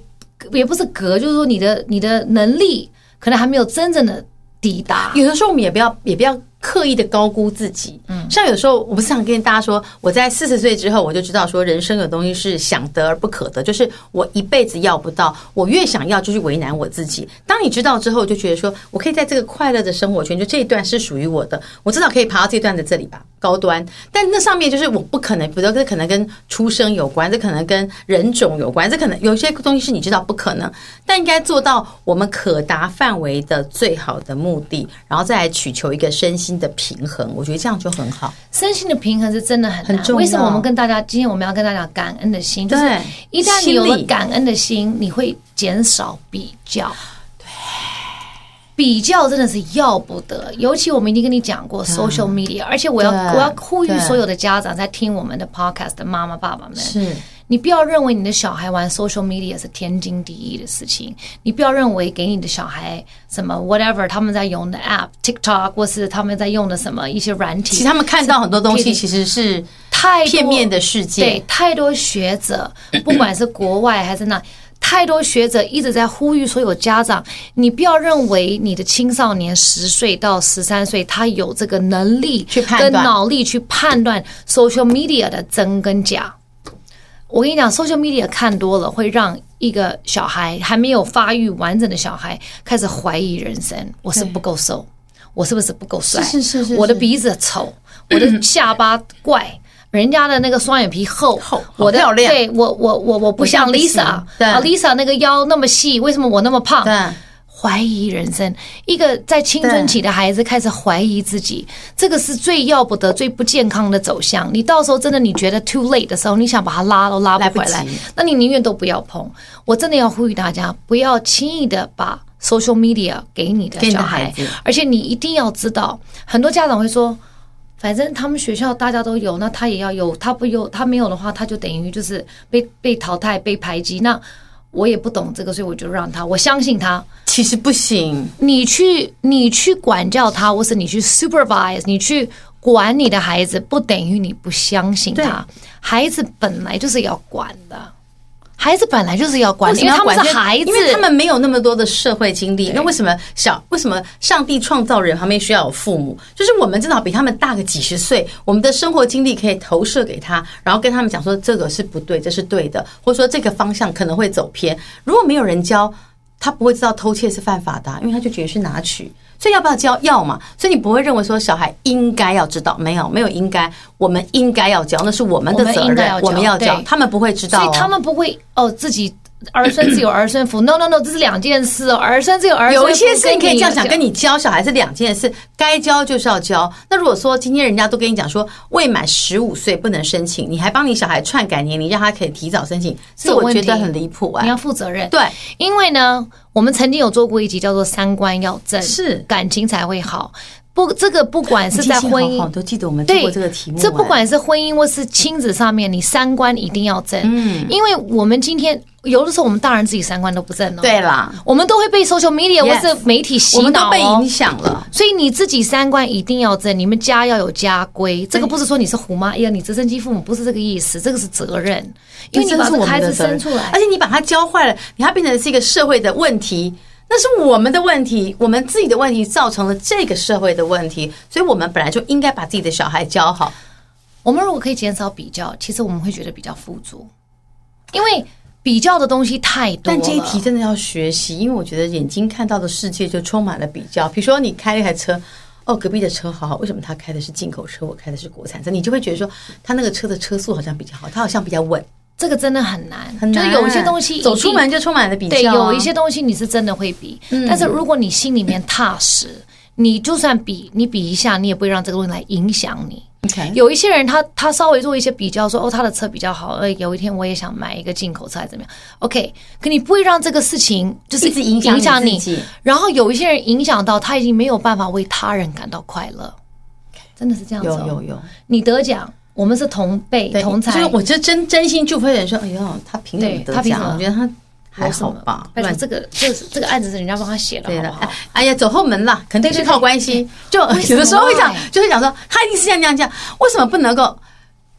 [SPEAKER 2] 也不是格，就是说你的你的能力可能还没有真正的抵达。
[SPEAKER 1] 有的时候我们也不要也不要刻意的高估自己。嗯，像有时候我不是想跟大家说，我在四十岁之后我就知道说人生有东西是想得而不可得，就是我一辈子要不到，我越想要就是为难我自己。当你知道之后，就觉得说我可以在这个快乐的生活圈，就这一段是属于我的，我至少可以爬到这段的这里吧，高端。但那上面就是我不可能，比如说这可能跟出生有关，这可能跟人种有关，这可能有些东西是你知道不可能，但应该做到我们可达范围的最好的目的，然后再来祈求一个身心的平衡。我觉得这样就很好。
[SPEAKER 2] 身心的平衡是真的很
[SPEAKER 1] 很
[SPEAKER 2] 难。
[SPEAKER 1] 重要
[SPEAKER 2] 为什么我们跟大家今天我们要跟大家感恩的心，就是
[SPEAKER 1] 对
[SPEAKER 2] 一旦你有
[SPEAKER 1] 心
[SPEAKER 2] 了
[SPEAKER 1] 理
[SPEAKER 2] 感恩的心，你会减少比较。比较真的是要不得，尤其我们已经跟你讲过 social media，、而且我要
[SPEAKER 1] 对
[SPEAKER 2] 我要呼吁
[SPEAKER 1] 对
[SPEAKER 2] 所有的家长在听我们的 podcast 的妈妈爸爸们，
[SPEAKER 1] 是
[SPEAKER 2] 你不要认为你的小孩玩 social media 是天经地义的事情，你不要认为给你的小孩什么 whatever 他们在用的 app TikTok 或是他们在用的什么一些软体，
[SPEAKER 1] 其实他们看到很多东西，
[SPEAKER 2] 是
[SPEAKER 1] 其实是
[SPEAKER 2] 太多
[SPEAKER 1] 片面的世界
[SPEAKER 2] 对，。太多学 者，不管是国外还是那，太多学者一直在呼吁所有家长，你不要认为你的青少年十岁到十三岁，他有这个能力
[SPEAKER 1] 去判断
[SPEAKER 2] 跟脑力去判断 social media 的真跟假。我跟你讲，social media 看多了会让一个小孩还没有发育完整的小孩开始怀疑人生，我是不够瘦，我是不是不够帅？
[SPEAKER 1] 是是是是
[SPEAKER 2] 我的鼻子丑，我的下巴 怪。人家的那个双眼皮厚，
[SPEAKER 1] 厚好
[SPEAKER 2] 我的
[SPEAKER 1] 漂亮
[SPEAKER 2] 对我我我我不像
[SPEAKER 1] 我这样不
[SPEAKER 2] Lisa，
[SPEAKER 1] 行对
[SPEAKER 2] 啊 Lisa 那个腰那么细，为什么我那么胖？
[SPEAKER 1] 对，
[SPEAKER 2] 怀疑人生，一个在青春期的孩子开始怀疑自己，这个是最要不得、
[SPEAKER 1] 哦
[SPEAKER 2] 最不健康的走向。你到时候真的你觉得 too late 的时候，你想把它拉都拉不回
[SPEAKER 1] 来
[SPEAKER 2] 来
[SPEAKER 1] 不及，
[SPEAKER 2] 那你宁愿都不要碰。我真的要呼吁大家，不要轻易的把 social media 给你的
[SPEAKER 1] 给你的
[SPEAKER 2] 小
[SPEAKER 1] 孩
[SPEAKER 2] 孩
[SPEAKER 1] 子，
[SPEAKER 2] 而且你一定要知道，很多家长会说。反正他们学校大家都有，那他也要有，他不有，他没有的话，他就等于就是被被淘汰、被排挤。那我也不懂这个，所以我就让他，我相信他，
[SPEAKER 1] 其实不行。
[SPEAKER 2] 你去你去管教他，或是你去 supervise，你去管你的孩子，不等于你不相信他。孩子本来就是要管的，孩子本来就是要管
[SPEAKER 1] 为
[SPEAKER 2] 的，
[SPEAKER 1] 什
[SPEAKER 2] 因
[SPEAKER 1] 么
[SPEAKER 2] 为
[SPEAKER 1] 要
[SPEAKER 2] 他
[SPEAKER 1] 管
[SPEAKER 2] 们
[SPEAKER 1] 这？
[SPEAKER 2] 是孩子，
[SPEAKER 1] 因为他们没有那么多的社会经历。那为什么小？为什么上帝创造人旁边需要有父母？就是我们至少比他们大个几十岁，我们的生活经历可以投射给他，然后跟他们讲说这个是不对，这是对的，或者说这个方向可能会走偏。如果没有人教，他不会知道偷窃是犯法的啊、因为他就觉得是拿取。所以要不要教？要嘛。所以你不会认为说小孩应该要知道，没有，没有应该，我们应该要教，那是我们的
[SPEAKER 2] 我们
[SPEAKER 1] 责
[SPEAKER 2] 应该
[SPEAKER 1] 任
[SPEAKER 2] 要，
[SPEAKER 1] 我们
[SPEAKER 2] 教
[SPEAKER 1] 要教
[SPEAKER 2] 对，
[SPEAKER 1] 他们不会知道、
[SPEAKER 2] 所
[SPEAKER 1] 哦。
[SPEAKER 2] 以他们不会哦自己。儿孙自有儿 孙福，no no no，这是两件事哦。儿孙自有儿孙福，
[SPEAKER 1] 有一些事情可以这样想，跟
[SPEAKER 2] 你
[SPEAKER 1] 你教小孩是两件事，该教就是要教。那如果说今天人家都跟你讲说未满十五岁不能申请，你还帮你小孩篡改年龄，让他可以提早申请，
[SPEAKER 2] 这
[SPEAKER 1] 这
[SPEAKER 2] 有
[SPEAKER 1] 我
[SPEAKER 2] 问
[SPEAKER 1] 觉
[SPEAKER 2] 题
[SPEAKER 1] 得很离谱哎
[SPEAKER 2] 你要。负责任。
[SPEAKER 1] 对，
[SPEAKER 2] 因为呢，我们曾经有做过一集叫做“三观要正”，
[SPEAKER 1] 是
[SPEAKER 2] 感情才会好。不，这个不管是
[SPEAKER 1] 你
[SPEAKER 2] 在
[SPEAKER 1] 记性
[SPEAKER 2] 婚
[SPEAKER 1] 好
[SPEAKER 2] 姻
[SPEAKER 1] 好，都记得我们做
[SPEAKER 2] 对
[SPEAKER 1] 过这个题目哎。
[SPEAKER 2] 这不管是婚姻或是亲子上面，你三观一定要正。嗯，因为我们今天有的时候我们大人自己三观都不正哦。
[SPEAKER 1] 对，啦，
[SPEAKER 2] 我们都会被 social media
[SPEAKER 1] Yes
[SPEAKER 2] 或是媒体洗
[SPEAKER 1] 我们
[SPEAKER 2] 脑、
[SPEAKER 1] 都
[SPEAKER 2] 哦，
[SPEAKER 1] 被影响了。
[SPEAKER 2] 所以你自己三观一定要正，你们家要有家规。这个不是说你是虎妈，哎呀，你直升机父母不是这个意思，这个是责任，因为你
[SPEAKER 1] 这
[SPEAKER 2] 把
[SPEAKER 1] 是
[SPEAKER 2] 这个
[SPEAKER 1] 我们
[SPEAKER 2] 孩
[SPEAKER 1] 的
[SPEAKER 2] 子
[SPEAKER 1] 责任哎
[SPEAKER 2] 生出来
[SPEAKER 1] 而。且你把他教坏了，你还变成是一个社会的问题。那是我们的问题，我们自己的问题造成了这个社会的问题，所以我们本来就应该把自己的小孩教好。
[SPEAKER 2] 我们如果可以减少比较，其实我们会觉得比较富足，因为比较的东西太多了。
[SPEAKER 1] 但这一题真的要学习，因为我觉得眼睛看到的世界就充满了比较。比如说，你开一台车，哦，隔壁的车好好，为什么他开的是进口车，我开的是国产车？你就会觉得说，他那个车的车速好像比较好，他好像比较稳，
[SPEAKER 2] 这个真的很难，
[SPEAKER 1] 很
[SPEAKER 2] 就是
[SPEAKER 1] 难。
[SPEAKER 2] 有一些东西一定
[SPEAKER 1] 走出门就充满了比较、啊嗯
[SPEAKER 2] 对，有一些东西你是真的会比，但是如果你心里面踏实，你就算比，你比一下，你也不会让这个东西来影响你。
[SPEAKER 1] OK
[SPEAKER 2] 有一些人他他稍微做一些比较说，哦，他的车比较好，呃，有一天我也想买一个进口车，还是怎么样？OK，可你不会让这个事情就是
[SPEAKER 1] 一直影响你自己
[SPEAKER 2] 然后有一些人影响到他已经没有办法为他人感到快乐，真的是这样子、哦。
[SPEAKER 1] 有有有，
[SPEAKER 2] 你得奖，我们是同辈
[SPEAKER 1] 对
[SPEAKER 2] 同
[SPEAKER 1] 就
[SPEAKER 2] 才
[SPEAKER 1] 是，我就真真心祝福人说，哎呦，他凭什么
[SPEAKER 2] 对
[SPEAKER 1] 得
[SPEAKER 2] 他凭
[SPEAKER 1] 奖
[SPEAKER 2] 什？么
[SPEAKER 1] 我觉得他还
[SPEAKER 2] 有什
[SPEAKER 1] 好
[SPEAKER 2] 么
[SPEAKER 1] 吧，
[SPEAKER 2] 拜托，
[SPEAKER 1] 乱
[SPEAKER 2] 这个这个这个案子是人家帮他写的，
[SPEAKER 1] 对
[SPEAKER 2] 好
[SPEAKER 1] 了
[SPEAKER 2] 不，
[SPEAKER 1] 哎
[SPEAKER 2] 好？
[SPEAKER 1] 哎呀，走后门啦，肯定是靠关系。就
[SPEAKER 2] 为什
[SPEAKER 1] 有
[SPEAKER 2] 么
[SPEAKER 1] 的时候会讲
[SPEAKER 2] 哎，
[SPEAKER 1] 就会讲说，他一定是这样这样这样，为什么不能够？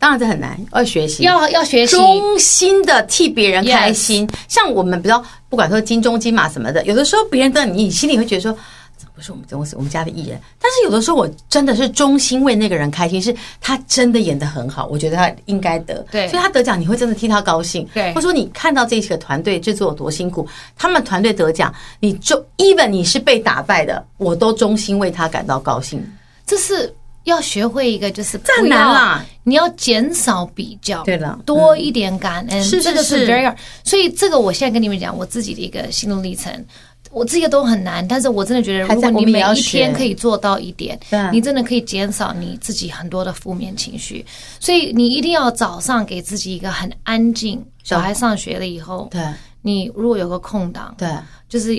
[SPEAKER 1] 当然这很难，要学习，
[SPEAKER 2] 要要学习，
[SPEAKER 1] 衷心的替别人开心。像我们比较，不管说金钟金马什么的，有的时候别人的你心里会觉得说。这不是我们公司我们家的艺人，但是有的时候我真的是衷心为那个人开心，是他真的演的很好，我觉得他应该得，
[SPEAKER 2] 对
[SPEAKER 1] 所以他得奖你会真的替他高兴，
[SPEAKER 2] 对
[SPEAKER 1] 或者说你看到这个团队制作有多辛苦，他们团队得奖，你就 even 你是被打败的，我都衷心为他感到高兴，
[SPEAKER 2] 这是要学会一个就是
[SPEAKER 1] 这很
[SPEAKER 2] 不要
[SPEAKER 1] 难啦，
[SPEAKER 2] 你要减少比较，
[SPEAKER 1] 啊对了嗯
[SPEAKER 2] 多一点感恩，
[SPEAKER 1] 是是
[SPEAKER 2] 这个
[SPEAKER 1] 是
[SPEAKER 2] 是 very hard。所以这个我现在跟你们讲我自己的一个心路历程。我这个都很难，但是我真的觉得，
[SPEAKER 1] 还
[SPEAKER 2] 如
[SPEAKER 1] 在
[SPEAKER 2] 果
[SPEAKER 1] 我
[SPEAKER 2] 你
[SPEAKER 1] 们也
[SPEAKER 2] 每
[SPEAKER 1] 要
[SPEAKER 2] 一天
[SPEAKER 1] 学
[SPEAKER 2] 可以做到一点
[SPEAKER 1] 对啊，
[SPEAKER 2] 你真的可以减少你自己很多的负面情绪。所以你一定要早上给自己一个很安静。小孩上学了以后，
[SPEAKER 1] 对
[SPEAKER 2] 你如果有个空档，
[SPEAKER 1] 对，
[SPEAKER 2] 就是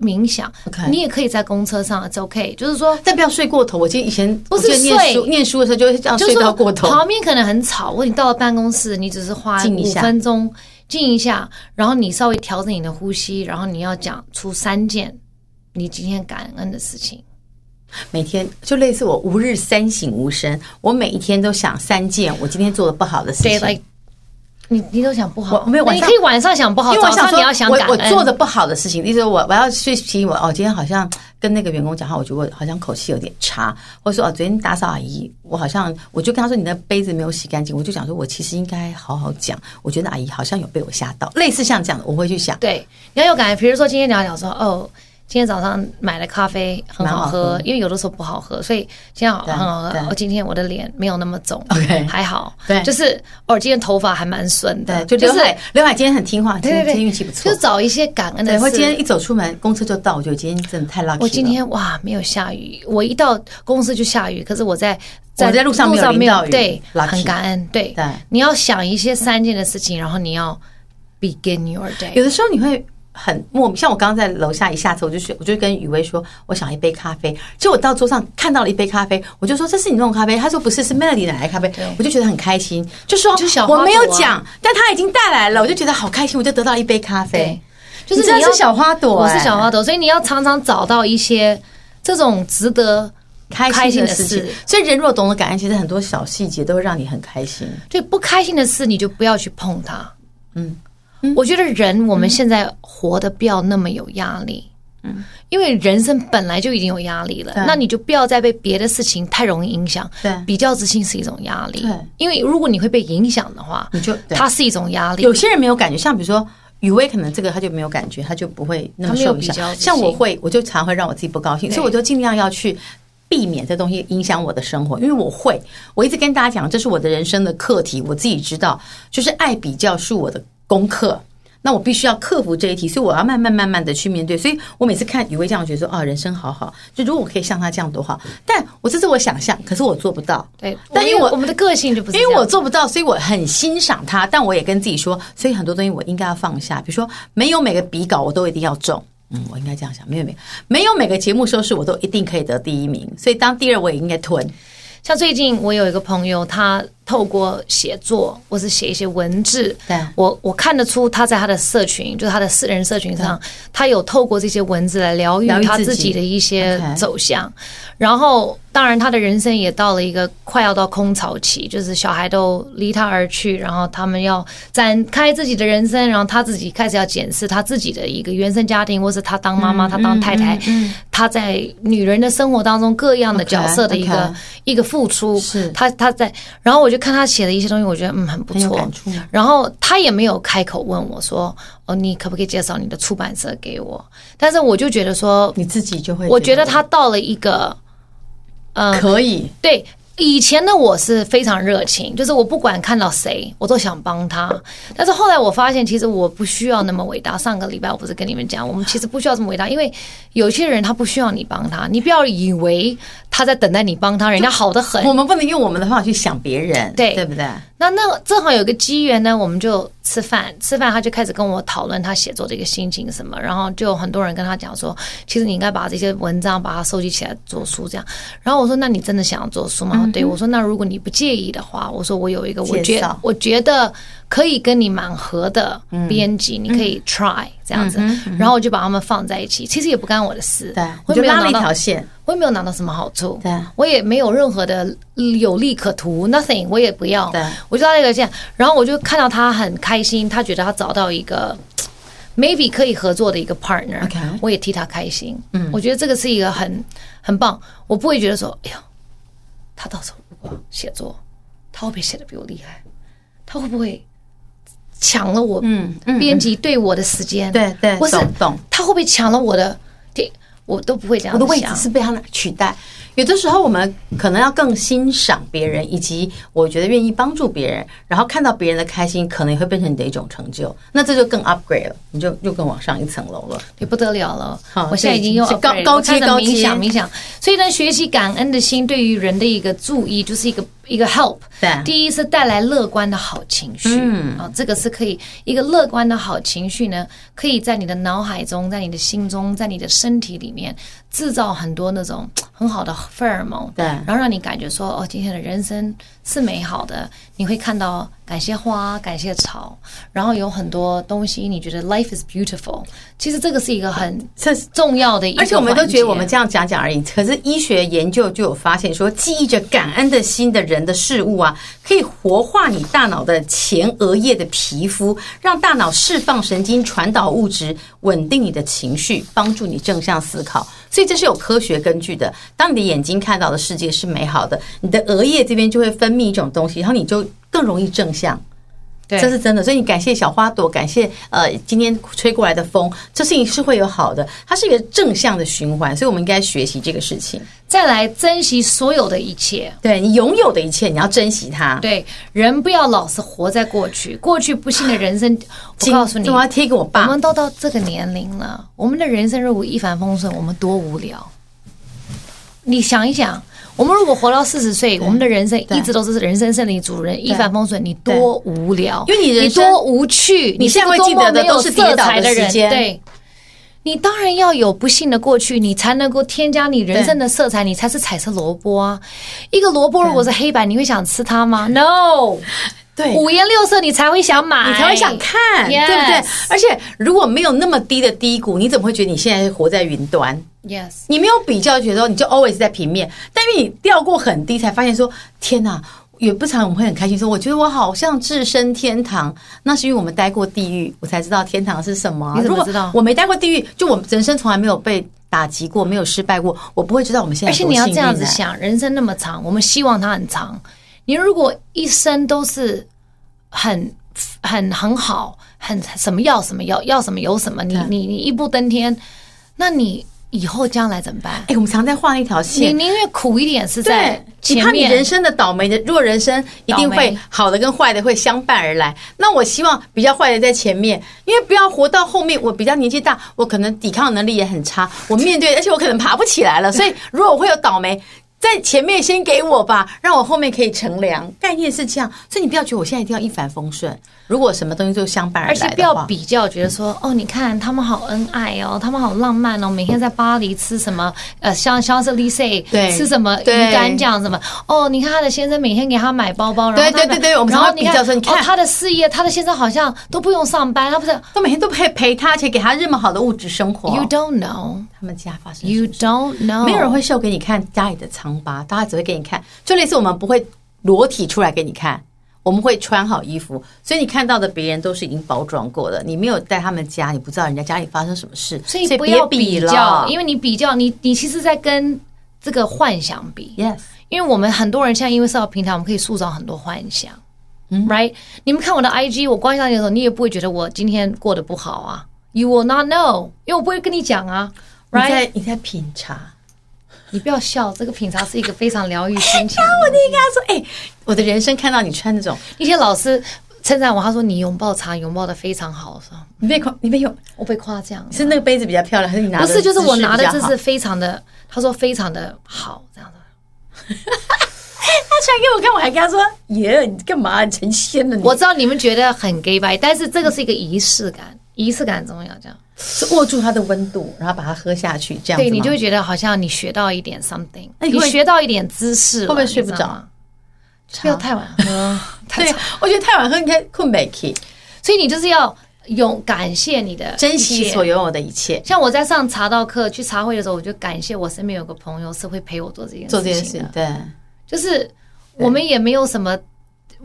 [SPEAKER 2] 冥想
[SPEAKER 1] OK，哦
[SPEAKER 2] 你也可以在公车上，it's OK。就是说，
[SPEAKER 1] 但不要睡过头。我记得以前
[SPEAKER 2] 不是
[SPEAKER 1] 我记得念
[SPEAKER 2] 睡
[SPEAKER 1] 书念书的时候就会这样
[SPEAKER 2] 就是
[SPEAKER 1] 睡
[SPEAKER 2] 说
[SPEAKER 1] 到过头。
[SPEAKER 2] 旁边可能很吵，或者你到了办公室，你只是花
[SPEAKER 1] 静一
[SPEAKER 2] 五
[SPEAKER 1] 下
[SPEAKER 2] 分钟静一下，然后你稍微调整你的呼吸，然后你要讲出三件你今天感恩的事情。
[SPEAKER 1] 每天就类似我吾日三省吾身，我每一天都想三件我今天做的不好的事
[SPEAKER 2] 对
[SPEAKER 1] 情。
[SPEAKER 2] ，like 你你都想不好，
[SPEAKER 1] 我没有
[SPEAKER 2] 那
[SPEAKER 1] 晚
[SPEAKER 2] 你
[SPEAKER 1] 上
[SPEAKER 2] 可以晚上想不好，
[SPEAKER 1] 因为我想
[SPEAKER 2] 早上
[SPEAKER 1] 说，
[SPEAKER 2] 你要想
[SPEAKER 1] 我
[SPEAKER 2] 感
[SPEAKER 1] 我
[SPEAKER 2] 恩。
[SPEAKER 1] 做的不好的事情，例如说我我要去提醒我哦，今天好像跟那个员工讲话，我觉得我好像口气有点差，或者说哦，昨天打扫阿姨，我好像我就跟他说你的杯子没有洗干净，我就想说我其实应该好好讲，我觉得阿姨好像有被我吓到，类似像这样的，我会去想。
[SPEAKER 2] 对，你要有感觉。比如说今天你要讲说，哦，今天早上买的咖啡很好喝，
[SPEAKER 1] 蛮好喝
[SPEAKER 2] 因为有的时候不好喝，所以今天好
[SPEAKER 1] 对
[SPEAKER 2] 很好喝
[SPEAKER 1] 对。
[SPEAKER 2] 哦，今天我的脸没有那么肿
[SPEAKER 1] OK
[SPEAKER 2] 还好。
[SPEAKER 1] 对
[SPEAKER 2] 就是哦，今天头发还蛮顺的
[SPEAKER 1] 对，，就刘
[SPEAKER 2] 是
[SPEAKER 1] 海，刘海今天很听话，今
[SPEAKER 2] 对
[SPEAKER 1] 天
[SPEAKER 2] 对
[SPEAKER 1] 今
[SPEAKER 2] 对，
[SPEAKER 1] 天运气不错
[SPEAKER 2] 就。找一些感恩的
[SPEAKER 1] 对，
[SPEAKER 2] 事。
[SPEAKER 1] 或今天一走出门，公车就到，我觉得今天真的太 lucky 了。
[SPEAKER 2] 我今天哇没有下雨，我一到公司就下雨，可是我在
[SPEAKER 1] 我在路上没有淋到雨
[SPEAKER 2] 对，
[SPEAKER 1] lucky
[SPEAKER 2] 很感恩，对，
[SPEAKER 1] 对
[SPEAKER 2] 你要想一些三件的事情，然后你要 begin your day。
[SPEAKER 1] 有的时候你会很莫名，像我刚刚在楼下一下车，我就去，我就跟雨薇说，我想一杯咖啡。结果我到桌上看到了一杯咖啡，我就说这是你弄的咖啡，他说不是，是 Melody 奶奶咖啡
[SPEAKER 2] 对，
[SPEAKER 1] 我就觉得很开心，就说
[SPEAKER 2] 就小花
[SPEAKER 1] 我
[SPEAKER 2] 朵啊
[SPEAKER 1] 没有讲，但他已经带来了，我就觉得好开心，我就得到一杯咖啡
[SPEAKER 2] 对。，就是
[SPEAKER 1] 你真的
[SPEAKER 2] 要
[SPEAKER 1] 是小花朵
[SPEAKER 2] 我
[SPEAKER 1] 哎
[SPEAKER 2] 是小花朵，所以你要常常找到一些这种值得
[SPEAKER 1] 开
[SPEAKER 2] 开
[SPEAKER 1] 心
[SPEAKER 2] 心
[SPEAKER 1] 的
[SPEAKER 2] 的
[SPEAKER 1] 事情
[SPEAKER 2] 事，
[SPEAKER 1] 所以人若懂得感恩，其实很多小细节都会让你很开心。
[SPEAKER 2] 对不开心的事，你就不要去碰它。嗯，我觉得人我们现在活得不要那么有压力。嗯，因为人生本来就已经有压力了，那你就不要再被别的事情太容易影响。
[SPEAKER 1] 对
[SPEAKER 2] 比较之心是一种压力。
[SPEAKER 1] 对
[SPEAKER 2] 因为如果你会被影响的话，
[SPEAKER 1] 你就对
[SPEAKER 2] 它是一种压力。
[SPEAKER 1] 有些人没有感觉，像比如说雨薇，可能这个他就没有感觉，他就不会那么
[SPEAKER 2] 他没有
[SPEAKER 1] 受影
[SPEAKER 2] 比较
[SPEAKER 1] 响。
[SPEAKER 2] 之心
[SPEAKER 1] 像我会，我就常会让我自己不高兴，所以我就尽量要去。避免这东西影响我的生活，因为我会，我一直跟大家讲，这是我的人生的课题，我自己知道，就是爱比较是我的功课，那我必须要克服这一题，所以我要慢慢慢慢的去面对。所以我每次看雨薇这样，我觉得说啊，人生好好，就如果我可以像她这样多好，但我这是我想象，可是我做不到。
[SPEAKER 2] 对，
[SPEAKER 1] 但因为我
[SPEAKER 2] 我们的个性就不是
[SPEAKER 1] 因为
[SPEAKER 2] 这样
[SPEAKER 1] 我做不到，所以我很欣赏他，但我也跟自己说，所以很多东西我应该要放下。比如说，没有每个比稿我都一定要中，嗯，我应该这样想，没有没有，没有每个节目收视我都一定可以得第一名，所以当第二我也应该吞。
[SPEAKER 2] 像最近我有一个朋友，他透过写作或是写一些文字，
[SPEAKER 1] 对
[SPEAKER 2] 我我看得出他在他的社群，就是他的私人社群上，他有透过这些文字来疗愈
[SPEAKER 1] 疗愈
[SPEAKER 2] 他
[SPEAKER 1] 自己
[SPEAKER 2] 自己的一些
[SPEAKER 1] OK
[SPEAKER 2] 走向。然后，当然他的人生也到了一个快要到空巢期，就是小孩都离他而去，然后他们要展开自己的人生，然后他自己开始要检视他自己的一个原生家庭，或是他当妈
[SPEAKER 1] 嗯
[SPEAKER 2] 妈，他当太太，他在女人的生活当中各样的角色的一个
[SPEAKER 1] OK，OK
[SPEAKER 2] 一个付出。
[SPEAKER 1] 是
[SPEAKER 2] 他他在，然后我就看他写的一些东西，我觉得嗯很不
[SPEAKER 1] 很有
[SPEAKER 2] 错
[SPEAKER 1] 感触。
[SPEAKER 2] 然后他也没有开口问我说，哦，你可不可以介绍你的出版社给我？但是我就觉得说，
[SPEAKER 1] 你自己就会，
[SPEAKER 2] 我觉得他嗯到了一个
[SPEAKER 1] 可以，
[SPEAKER 2] 对。以前的我是非常热情，就是我不管看到谁，我都想帮他。但是后来我发现，其实我不需要那么伟大。上个礼拜我不是跟你们讲，我们其实不需要这么伟大，因为有些人他不需要你帮他，你不要以为他在等待你帮他，人家好的很
[SPEAKER 1] 我。们不能用我们的方法去想别人，
[SPEAKER 2] 对
[SPEAKER 1] 对不对？
[SPEAKER 2] 那那正好有个机缘呢，我们就吃饭，吃饭他就开始跟我讨论他写作的一个心情什么，然后就有很多人跟他讲说，其实你应该把这些文章把它收集起来做书这样。然后我说，那你真的想要做书吗？对，我说那如果你不介意的话，我说我有一个我
[SPEAKER 1] 嗯介
[SPEAKER 2] 觉
[SPEAKER 1] 绍嗯
[SPEAKER 2] 我觉得可以跟你蛮合的编辑，你可以 try 这样子。然后我就把他们放在一起，其实也不干我的事，
[SPEAKER 1] 对，
[SPEAKER 2] 我
[SPEAKER 1] 我
[SPEAKER 2] 也
[SPEAKER 1] 就
[SPEAKER 2] 没有
[SPEAKER 1] 拉了
[SPEAKER 2] 拿
[SPEAKER 1] 一
[SPEAKER 2] 到
[SPEAKER 1] 条线，
[SPEAKER 2] 我也没有拿到什么好处，
[SPEAKER 1] 对
[SPEAKER 2] 我也没有任何的有利可图，nothing，我也不要，
[SPEAKER 1] 对
[SPEAKER 2] 我就到那个线，然后我就看到他很开心，他觉得他找到一个 maybe 可以合作的一个 partner，、
[SPEAKER 1] OK
[SPEAKER 2] 我也替他开心，嗯，我觉得这个是一个很很棒，我不会觉得说，哎呀，他到时候如果写作，他会不会写的比我厉害？他会不会抢了我
[SPEAKER 1] 嗯嗯
[SPEAKER 2] 编辑对我的时间？
[SPEAKER 1] 对对
[SPEAKER 2] 或是
[SPEAKER 1] 懂懂
[SPEAKER 2] 他会不会抢了我的？对我都不会这样
[SPEAKER 1] 我的位置
[SPEAKER 2] 想
[SPEAKER 1] 是被他取代。有的时候，我们可能要更欣赏别人，以及我觉得愿意帮助别人，然后看到别人的开心，可能也会变成你的一种成就。那这就更 upgrade 了，你就又更往上一层楼了。
[SPEAKER 2] 也不得了了
[SPEAKER 1] 好，
[SPEAKER 2] 我现在已经
[SPEAKER 1] 对
[SPEAKER 2] 用
[SPEAKER 1] 是高高阶高阶
[SPEAKER 2] 冥想冥想，所以呢，学习感恩的心对于人的一个注意，就是一个一个 help。
[SPEAKER 1] 对
[SPEAKER 2] 第一是带来乐观的好情绪，嗯啊，这个是可以一个乐观的好情绪呢，可以在你的脑海中，在你的心中，在你的身体里面制造很多那种嘖很好的荷尔蒙，
[SPEAKER 1] 对
[SPEAKER 2] 然后让你感觉说，哦，今天的人生是美好的，你会看到感谢花，感谢草，然后有很多东西，你觉得 life is beautiful。其实这个是一个很
[SPEAKER 1] 这是
[SPEAKER 2] 重要的一个
[SPEAKER 1] 而
[SPEAKER 2] 环节，
[SPEAKER 1] 且我们都觉得我们这样讲讲而已，可是医学研究就有发现说，记忆着感恩的心的人的事物啊，可以活化你大脑的前额叶的皮肤，让大脑释放神经传导物质，稳定你的情绪，帮助你正向思考。所以这是有科学根据的。当你的眼睛看到的世界是美好的，你的额叶这边就会分泌一种东西，然后你就更容易正向。
[SPEAKER 2] 对
[SPEAKER 1] 这是真的。所以你感谢小花朵，感谢呃今天吹过来的风，这事情是会有好的，它是一个正向的循环，所以我们应该学习这个事情。
[SPEAKER 2] 再来珍惜所有的一切。
[SPEAKER 1] 对你拥有的一切，你要珍惜它。
[SPEAKER 2] 对人不要老是活在过去，过去不幸的人生，我
[SPEAKER 1] 今，
[SPEAKER 2] 告诉你，
[SPEAKER 1] 我要
[SPEAKER 2] 我
[SPEAKER 1] 贴给我爸。
[SPEAKER 2] 们都到这个年龄了，我们的人生如果一帆风顺，我们多无聊。你想一想，我们如果活到四十岁，我们的人生
[SPEAKER 1] 对
[SPEAKER 2] 一直都是人生胜利主人，一帆风顺，你多无聊，
[SPEAKER 1] 因为你人生
[SPEAKER 2] 多无趣，
[SPEAKER 1] 你现在会
[SPEAKER 2] 是个
[SPEAKER 1] 记得的
[SPEAKER 2] 周末没有
[SPEAKER 1] 都是跌倒
[SPEAKER 2] 色彩
[SPEAKER 1] 的
[SPEAKER 2] 的人
[SPEAKER 1] 时间
[SPEAKER 2] 对。你当然要有不幸的过去，你才能够添加你人生的色彩，你才是彩色萝卜啊！一个萝卜如果是黑白，你会想吃它吗？No，
[SPEAKER 1] 对
[SPEAKER 2] 五颜六色你才会想买，
[SPEAKER 1] 哎你才会想看
[SPEAKER 2] Yes
[SPEAKER 1] 对不对？而且如果没有那么低的低谷，你怎么会觉得你现在活在云端？
[SPEAKER 2] ？Yes，
[SPEAKER 1] 你没有比较觉得你就 always 在平面，但因为你掉过很低，才发现说天哪，也不常我们会很开心说，我觉得我好像置身天堂，那是因为我们待过地狱，我才知道天堂是什么啊、
[SPEAKER 2] 你怎么
[SPEAKER 1] 如
[SPEAKER 2] 知
[SPEAKER 1] 果
[SPEAKER 2] 道
[SPEAKER 1] 我没待过地狱，就我人生从来没有被打击过，没有失败过，我不会知道我们现在
[SPEAKER 2] 而且你要
[SPEAKER 1] 多
[SPEAKER 2] 这
[SPEAKER 1] 幸运
[SPEAKER 2] 样子
[SPEAKER 1] 啊，
[SPEAKER 2] 想，人生那么长，我们希望它很长。你如果一生都是很很很好，很什么要什么要要什么有什么，你你你一步登天，那你以后将来怎么办？
[SPEAKER 1] 哎，我们常在画那条
[SPEAKER 2] 你
[SPEAKER 1] 线。
[SPEAKER 2] 宁愿苦一点是
[SPEAKER 1] 对
[SPEAKER 2] 在，
[SPEAKER 1] 你
[SPEAKER 2] 前
[SPEAKER 1] 怕你
[SPEAKER 2] 面，
[SPEAKER 1] 人生的倒霉的，如果人生一定
[SPEAKER 2] 倒
[SPEAKER 1] 会
[SPEAKER 2] 霉
[SPEAKER 1] 好的跟坏的会相伴而来，那我希望比较坏的在前面，因为不要活到后面。我比较年纪大，我可能抵抗能力也很差，我面对，而且我可能爬不起来了。所以如果我会有倒霉，在前面先给我吧，让我后面可以乘凉。概念是这样，所以你不要觉得我现在一定要一帆风顺。如果什么东西都相伴而
[SPEAKER 2] 而且
[SPEAKER 1] 来
[SPEAKER 2] 不
[SPEAKER 1] 的
[SPEAKER 2] 要
[SPEAKER 1] 话，
[SPEAKER 2] 比较，觉得说哦，你看他们好恩爱哦，他们好浪漫哦，每天在巴黎吃什么呃香香榭丽塞
[SPEAKER 1] 对，
[SPEAKER 2] 吃什么鱼
[SPEAKER 1] 对
[SPEAKER 2] 干酱什么哦，你看她的先生每天给她买包包，然后
[SPEAKER 1] 对对
[SPEAKER 2] 她的
[SPEAKER 1] 对对我们
[SPEAKER 2] 然
[SPEAKER 1] 常
[SPEAKER 2] 后
[SPEAKER 1] 会
[SPEAKER 2] 你
[SPEAKER 1] 比较说你看
[SPEAKER 2] 哦她的事业，她的先生好像都不用上班，他不是
[SPEAKER 1] 都每天都陪陪他，而且给他这么好的物质生活。
[SPEAKER 2] You don't know,
[SPEAKER 1] 他们家发生什么
[SPEAKER 2] you don't know，
[SPEAKER 1] 没有人会秀给你看家里的疮疤，大家只会给你看，就类似我们不会裸体出来给你看，我们会穿好衣服，所以你看到的别人都是已经包装过的，你没有在他们家，你不知道人家家里发生什么事，
[SPEAKER 2] 所以不
[SPEAKER 1] 别
[SPEAKER 2] 要
[SPEAKER 1] 比
[SPEAKER 2] 比较，因为你比较，你你其实在跟这个幻想比。
[SPEAKER 1] yes，
[SPEAKER 2] 因为我们很多人现在因为社交平台，我们可以塑造很多幻想、r
[SPEAKER 1] 嗯
[SPEAKER 2] i g h t 你们看我的 IG，我关上你的时候，你也不会觉得我今天过得不好啊，You will not know，因为我不会跟你讲啊
[SPEAKER 1] 你
[SPEAKER 2] ，Right？
[SPEAKER 1] 在你在品茶。哦
[SPEAKER 2] 你不要笑，这个品茶是一个非常疗愈心情。
[SPEAKER 1] 我就应该说，哎、我的人生看到你穿那种，
[SPEAKER 2] 一些老师称赞我，他说你拥抱茶拥抱的非常好，我说
[SPEAKER 1] 你被夸，你被有
[SPEAKER 2] 我被夸奖了，
[SPEAKER 1] 是啊那个杯子比较漂亮，还是你拿的
[SPEAKER 2] 不是就是我拿的
[SPEAKER 1] 姿势比
[SPEAKER 2] 这
[SPEAKER 1] 较好嗯
[SPEAKER 2] 是非常的，他说非常的好这样的。
[SPEAKER 1] 他传给我看，我还跟他说：“耶，你干嘛？你成仙了你？”
[SPEAKER 2] 我知道你们觉得很 gay 白，但是这个是一个仪式感，仪式感重要，这样
[SPEAKER 1] 是握住它的温度，然后把它喝下去，这样子
[SPEAKER 2] 对你
[SPEAKER 1] 吗
[SPEAKER 2] 就会觉得好像你学到一点 something，
[SPEAKER 1] 那你
[SPEAKER 2] 你
[SPEAKER 1] 会
[SPEAKER 2] 学到一点知识了，
[SPEAKER 1] 会不会睡不
[SPEAKER 2] 你知道
[SPEAKER 1] 着
[SPEAKER 2] 吗？不要太晚 喝，太
[SPEAKER 1] 对
[SPEAKER 2] 早。，
[SPEAKER 1] 我觉得太晚喝应该困不起，
[SPEAKER 2] 所以你就是要勇感谢你的
[SPEAKER 1] 珍
[SPEAKER 2] 一
[SPEAKER 1] 惜
[SPEAKER 2] 切
[SPEAKER 1] 所拥有的一切，
[SPEAKER 2] 像我在上茶道课去茶会的时候，我就感谢我身边有个朋友是会陪我做这件事情
[SPEAKER 1] 做这件
[SPEAKER 2] 的
[SPEAKER 1] 事，对，
[SPEAKER 2] 就是我们也没有什么，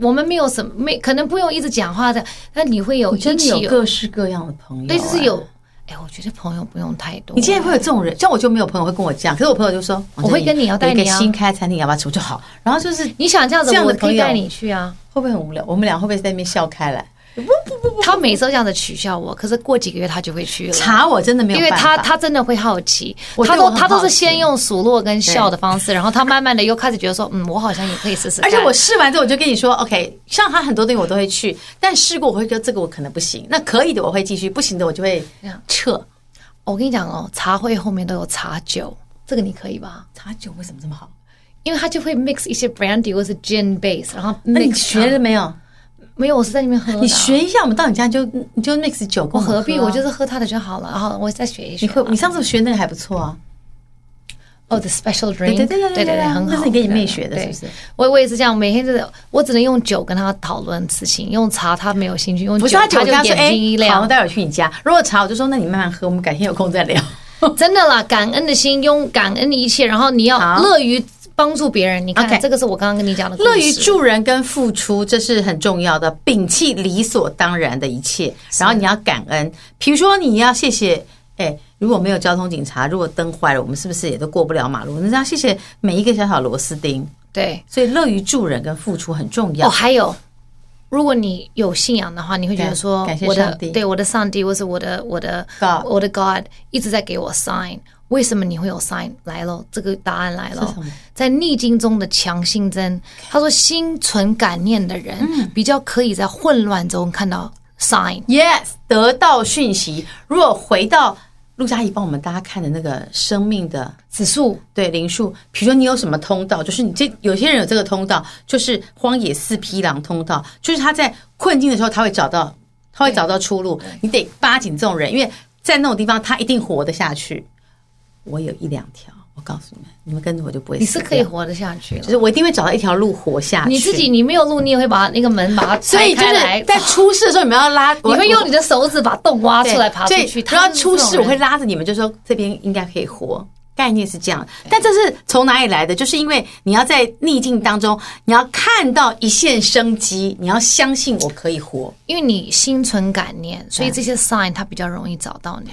[SPEAKER 2] 我们没有什么没可能不用一直讲话的，但你会有
[SPEAKER 1] 我真
[SPEAKER 2] 一
[SPEAKER 1] 的
[SPEAKER 2] 起
[SPEAKER 1] 有各式各样的朋友，
[SPEAKER 2] 对，就是
[SPEAKER 1] 哎
[SPEAKER 2] 有。哎，我觉得朋友不用太多。啊
[SPEAKER 1] 你竟然会有这种人，像我就没有朋友会跟我讲，可是我朋友就说，
[SPEAKER 2] 我会跟你要带
[SPEAKER 1] 有一
[SPEAKER 2] 你
[SPEAKER 1] 个
[SPEAKER 2] 啊
[SPEAKER 1] 新开餐厅，要不要吃？我就好。然后就是
[SPEAKER 2] 你想这样子
[SPEAKER 1] 这，样的
[SPEAKER 2] 我可
[SPEAKER 1] 朋
[SPEAKER 2] 以
[SPEAKER 1] 友
[SPEAKER 2] 带你去啊。
[SPEAKER 1] 会不会很无聊？我们俩会不会在那边笑开来？
[SPEAKER 2] 他每次都这样子取笑我，可是过几个月他就会去了。
[SPEAKER 1] 查我真的没有
[SPEAKER 2] 因
[SPEAKER 1] 办
[SPEAKER 2] 为
[SPEAKER 1] 法，
[SPEAKER 2] 他他真的会好奇
[SPEAKER 1] 我，
[SPEAKER 2] 他
[SPEAKER 1] 对我
[SPEAKER 2] 都
[SPEAKER 1] 很
[SPEAKER 2] 他都
[SPEAKER 1] 好
[SPEAKER 2] 是
[SPEAKER 1] 奇
[SPEAKER 2] 先用数落跟笑的方 式，然后他慢慢的又开始觉得说，嗯，我好像也可以试试看。
[SPEAKER 1] 而且我试完之后，我就跟你说，OK，像他很多东西我都会去，但试过我会觉得这个我可能不行，那可以的我会继续，不行的我就会撤。
[SPEAKER 2] 我跟你讲哦，茶会后面都有茶酒，这个你可以吧？
[SPEAKER 1] 茶酒为什么这么好？
[SPEAKER 2] 因为他就会 mix 一些 brandy 或是 gin base，然后
[SPEAKER 1] 那
[SPEAKER 2] mix
[SPEAKER 1] 你学了
[SPEAKER 2] 茶
[SPEAKER 1] 没有？
[SPEAKER 2] 没有？我是在那边喝的啊，
[SPEAKER 1] 你学一下，我们到你家你就你就 mix 酒跟
[SPEAKER 2] 我
[SPEAKER 1] 我们喝啊
[SPEAKER 2] 何必？我就是喝他的就好了，然后我再学一学
[SPEAKER 1] 你
[SPEAKER 2] 啊吧。
[SPEAKER 1] 会，你上次学那个还不错啊。
[SPEAKER 2] 哦，the special drink，
[SPEAKER 1] 对对对对对
[SPEAKER 2] 对
[SPEAKER 1] 对
[SPEAKER 2] 很好。
[SPEAKER 1] 那是你跟你妹学的
[SPEAKER 2] 对
[SPEAKER 1] 是不是？
[SPEAKER 2] 我我也是这样，每天就是我只能用酒跟他讨论事情，用茶他没有兴趣，用
[SPEAKER 1] 不
[SPEAKER 2] 酒
[SPEAKER 1] 是他酒，
[SPEAKER 2] 他
[SPEAKER 1] 我
[SPEAKER 2] 就
[SPEAKER 1] 跟他说，
[SPEAKER 2] 眼睛一
[SPEAKER 1] 哎，好，
[SPEAKER 2] 亮
[SPEAKER 1] 我。待会儿去你家。如果茶，我就说，那你慢慢喝，我们改天有空再聊。
[SPEAKER 2] 真的啦，感恩的心，用感恩的一切，然后你要
[SPEAKER 1] 好
[SPEAKER 2] 乐于帮助别人。你看
[SPEAKER 1] OK
[SPEAKER 2] 这个是我刚刚跟你讲的故事，
[SPEAKER 1] 乐于助人跟付出，这是很重要的，摒弃理所当然的一切，然后你要感恩。比如说，你要谢谢，哎，如果没有交通警察，如果灯坏了，我们是不是也都过不了马路？你要谢谢每一个小小螺丝钉。
[SPEAKER 2] 对。
[SPEAKER 1] 所以，乐于助人跟付出很重
[SPEAKER 2] 哦，
[SPEAKER 1] 要。
[SPEAKER 2] 还有，如果你有信仰的话，你会觉得说
[SPEAKER 1] 感谢
[SPEAKER 2] 我的
[SPEAKER 1] 上帝
[SPEAKER 2] 对我的上帝，或是我的我的
[SPEAKER 1] God
[SPEAKER 2] 我的 God 一直在给我 sign。为什么你会有 sign 来了？这个答案来了
[SPEAKER 1] 什么，
[SPEAKER 2] 在逆境中的强心针。他说，心存感念的人，
[SPEAKER 1] 嗯
[SPEAKER 2] 比较可以在混乱中看到 sign。
[SPEAKER 1] Yes，得到讯息。如果回到陆佳怡帮我们大家看的那个生命的
[SPEAKER 2] 指数
[SPEAKER 1] 对灵数，比如说你有什么通道，就是你这有些人有这个通道，就是荒野四匹狼通道，就是他在困境的时候他会找到，他会找到出路。你得巴紧这种人，因为在那种地方他一定活得下去。我有一两条，我告诉你们，你们跟着我就不会
[SPEAKER 2] 你
[SPEAKER 1] 死
[SPEAKER 2] 是
[SPEAKER 1] 掉
[SPEAKER 2] 可以，活得下去的
[SPEAKER 1] 就。是我一定会找到一条路活下去。
[SPEAKER 2] 你自己，你没有路，你也会把那个门把它
[SPEAKER 1] 所
[SPEAKER 2] 拆
[SPEAKER 1] 以就
[SPEAKER 2] 开
[SPEAKER 1] 是
[SPEAKER 2] 来，
[SPEAKER 1] 在出事的时候，你们要拉，
[SPEAKER 2] 你
[SPEAKER 1] 我
[SPEAKER 2] 会用你的手指把洞挖
[SPEAKER 1] 对
[SPEAKER 2] 啊出来、爬出
[SPEAKER 1] 所以
[SPEAKER 2] 去。
[SPEAKER 1] 然后
[SPEAKER 2] 他
[SPEAKER 1] 出事，我会
[SPEAKER 2] 让
[SPEAKER 1] 拉着你们，就说这边应该可以活。概念是这样，但这是从哪里来的？就是因为你要在逆境当中，你要看到一线生机，你要相信我可以活。
[SPEAKER 2] 因为你心存感念，所以这些 sign 它比较容易找到你。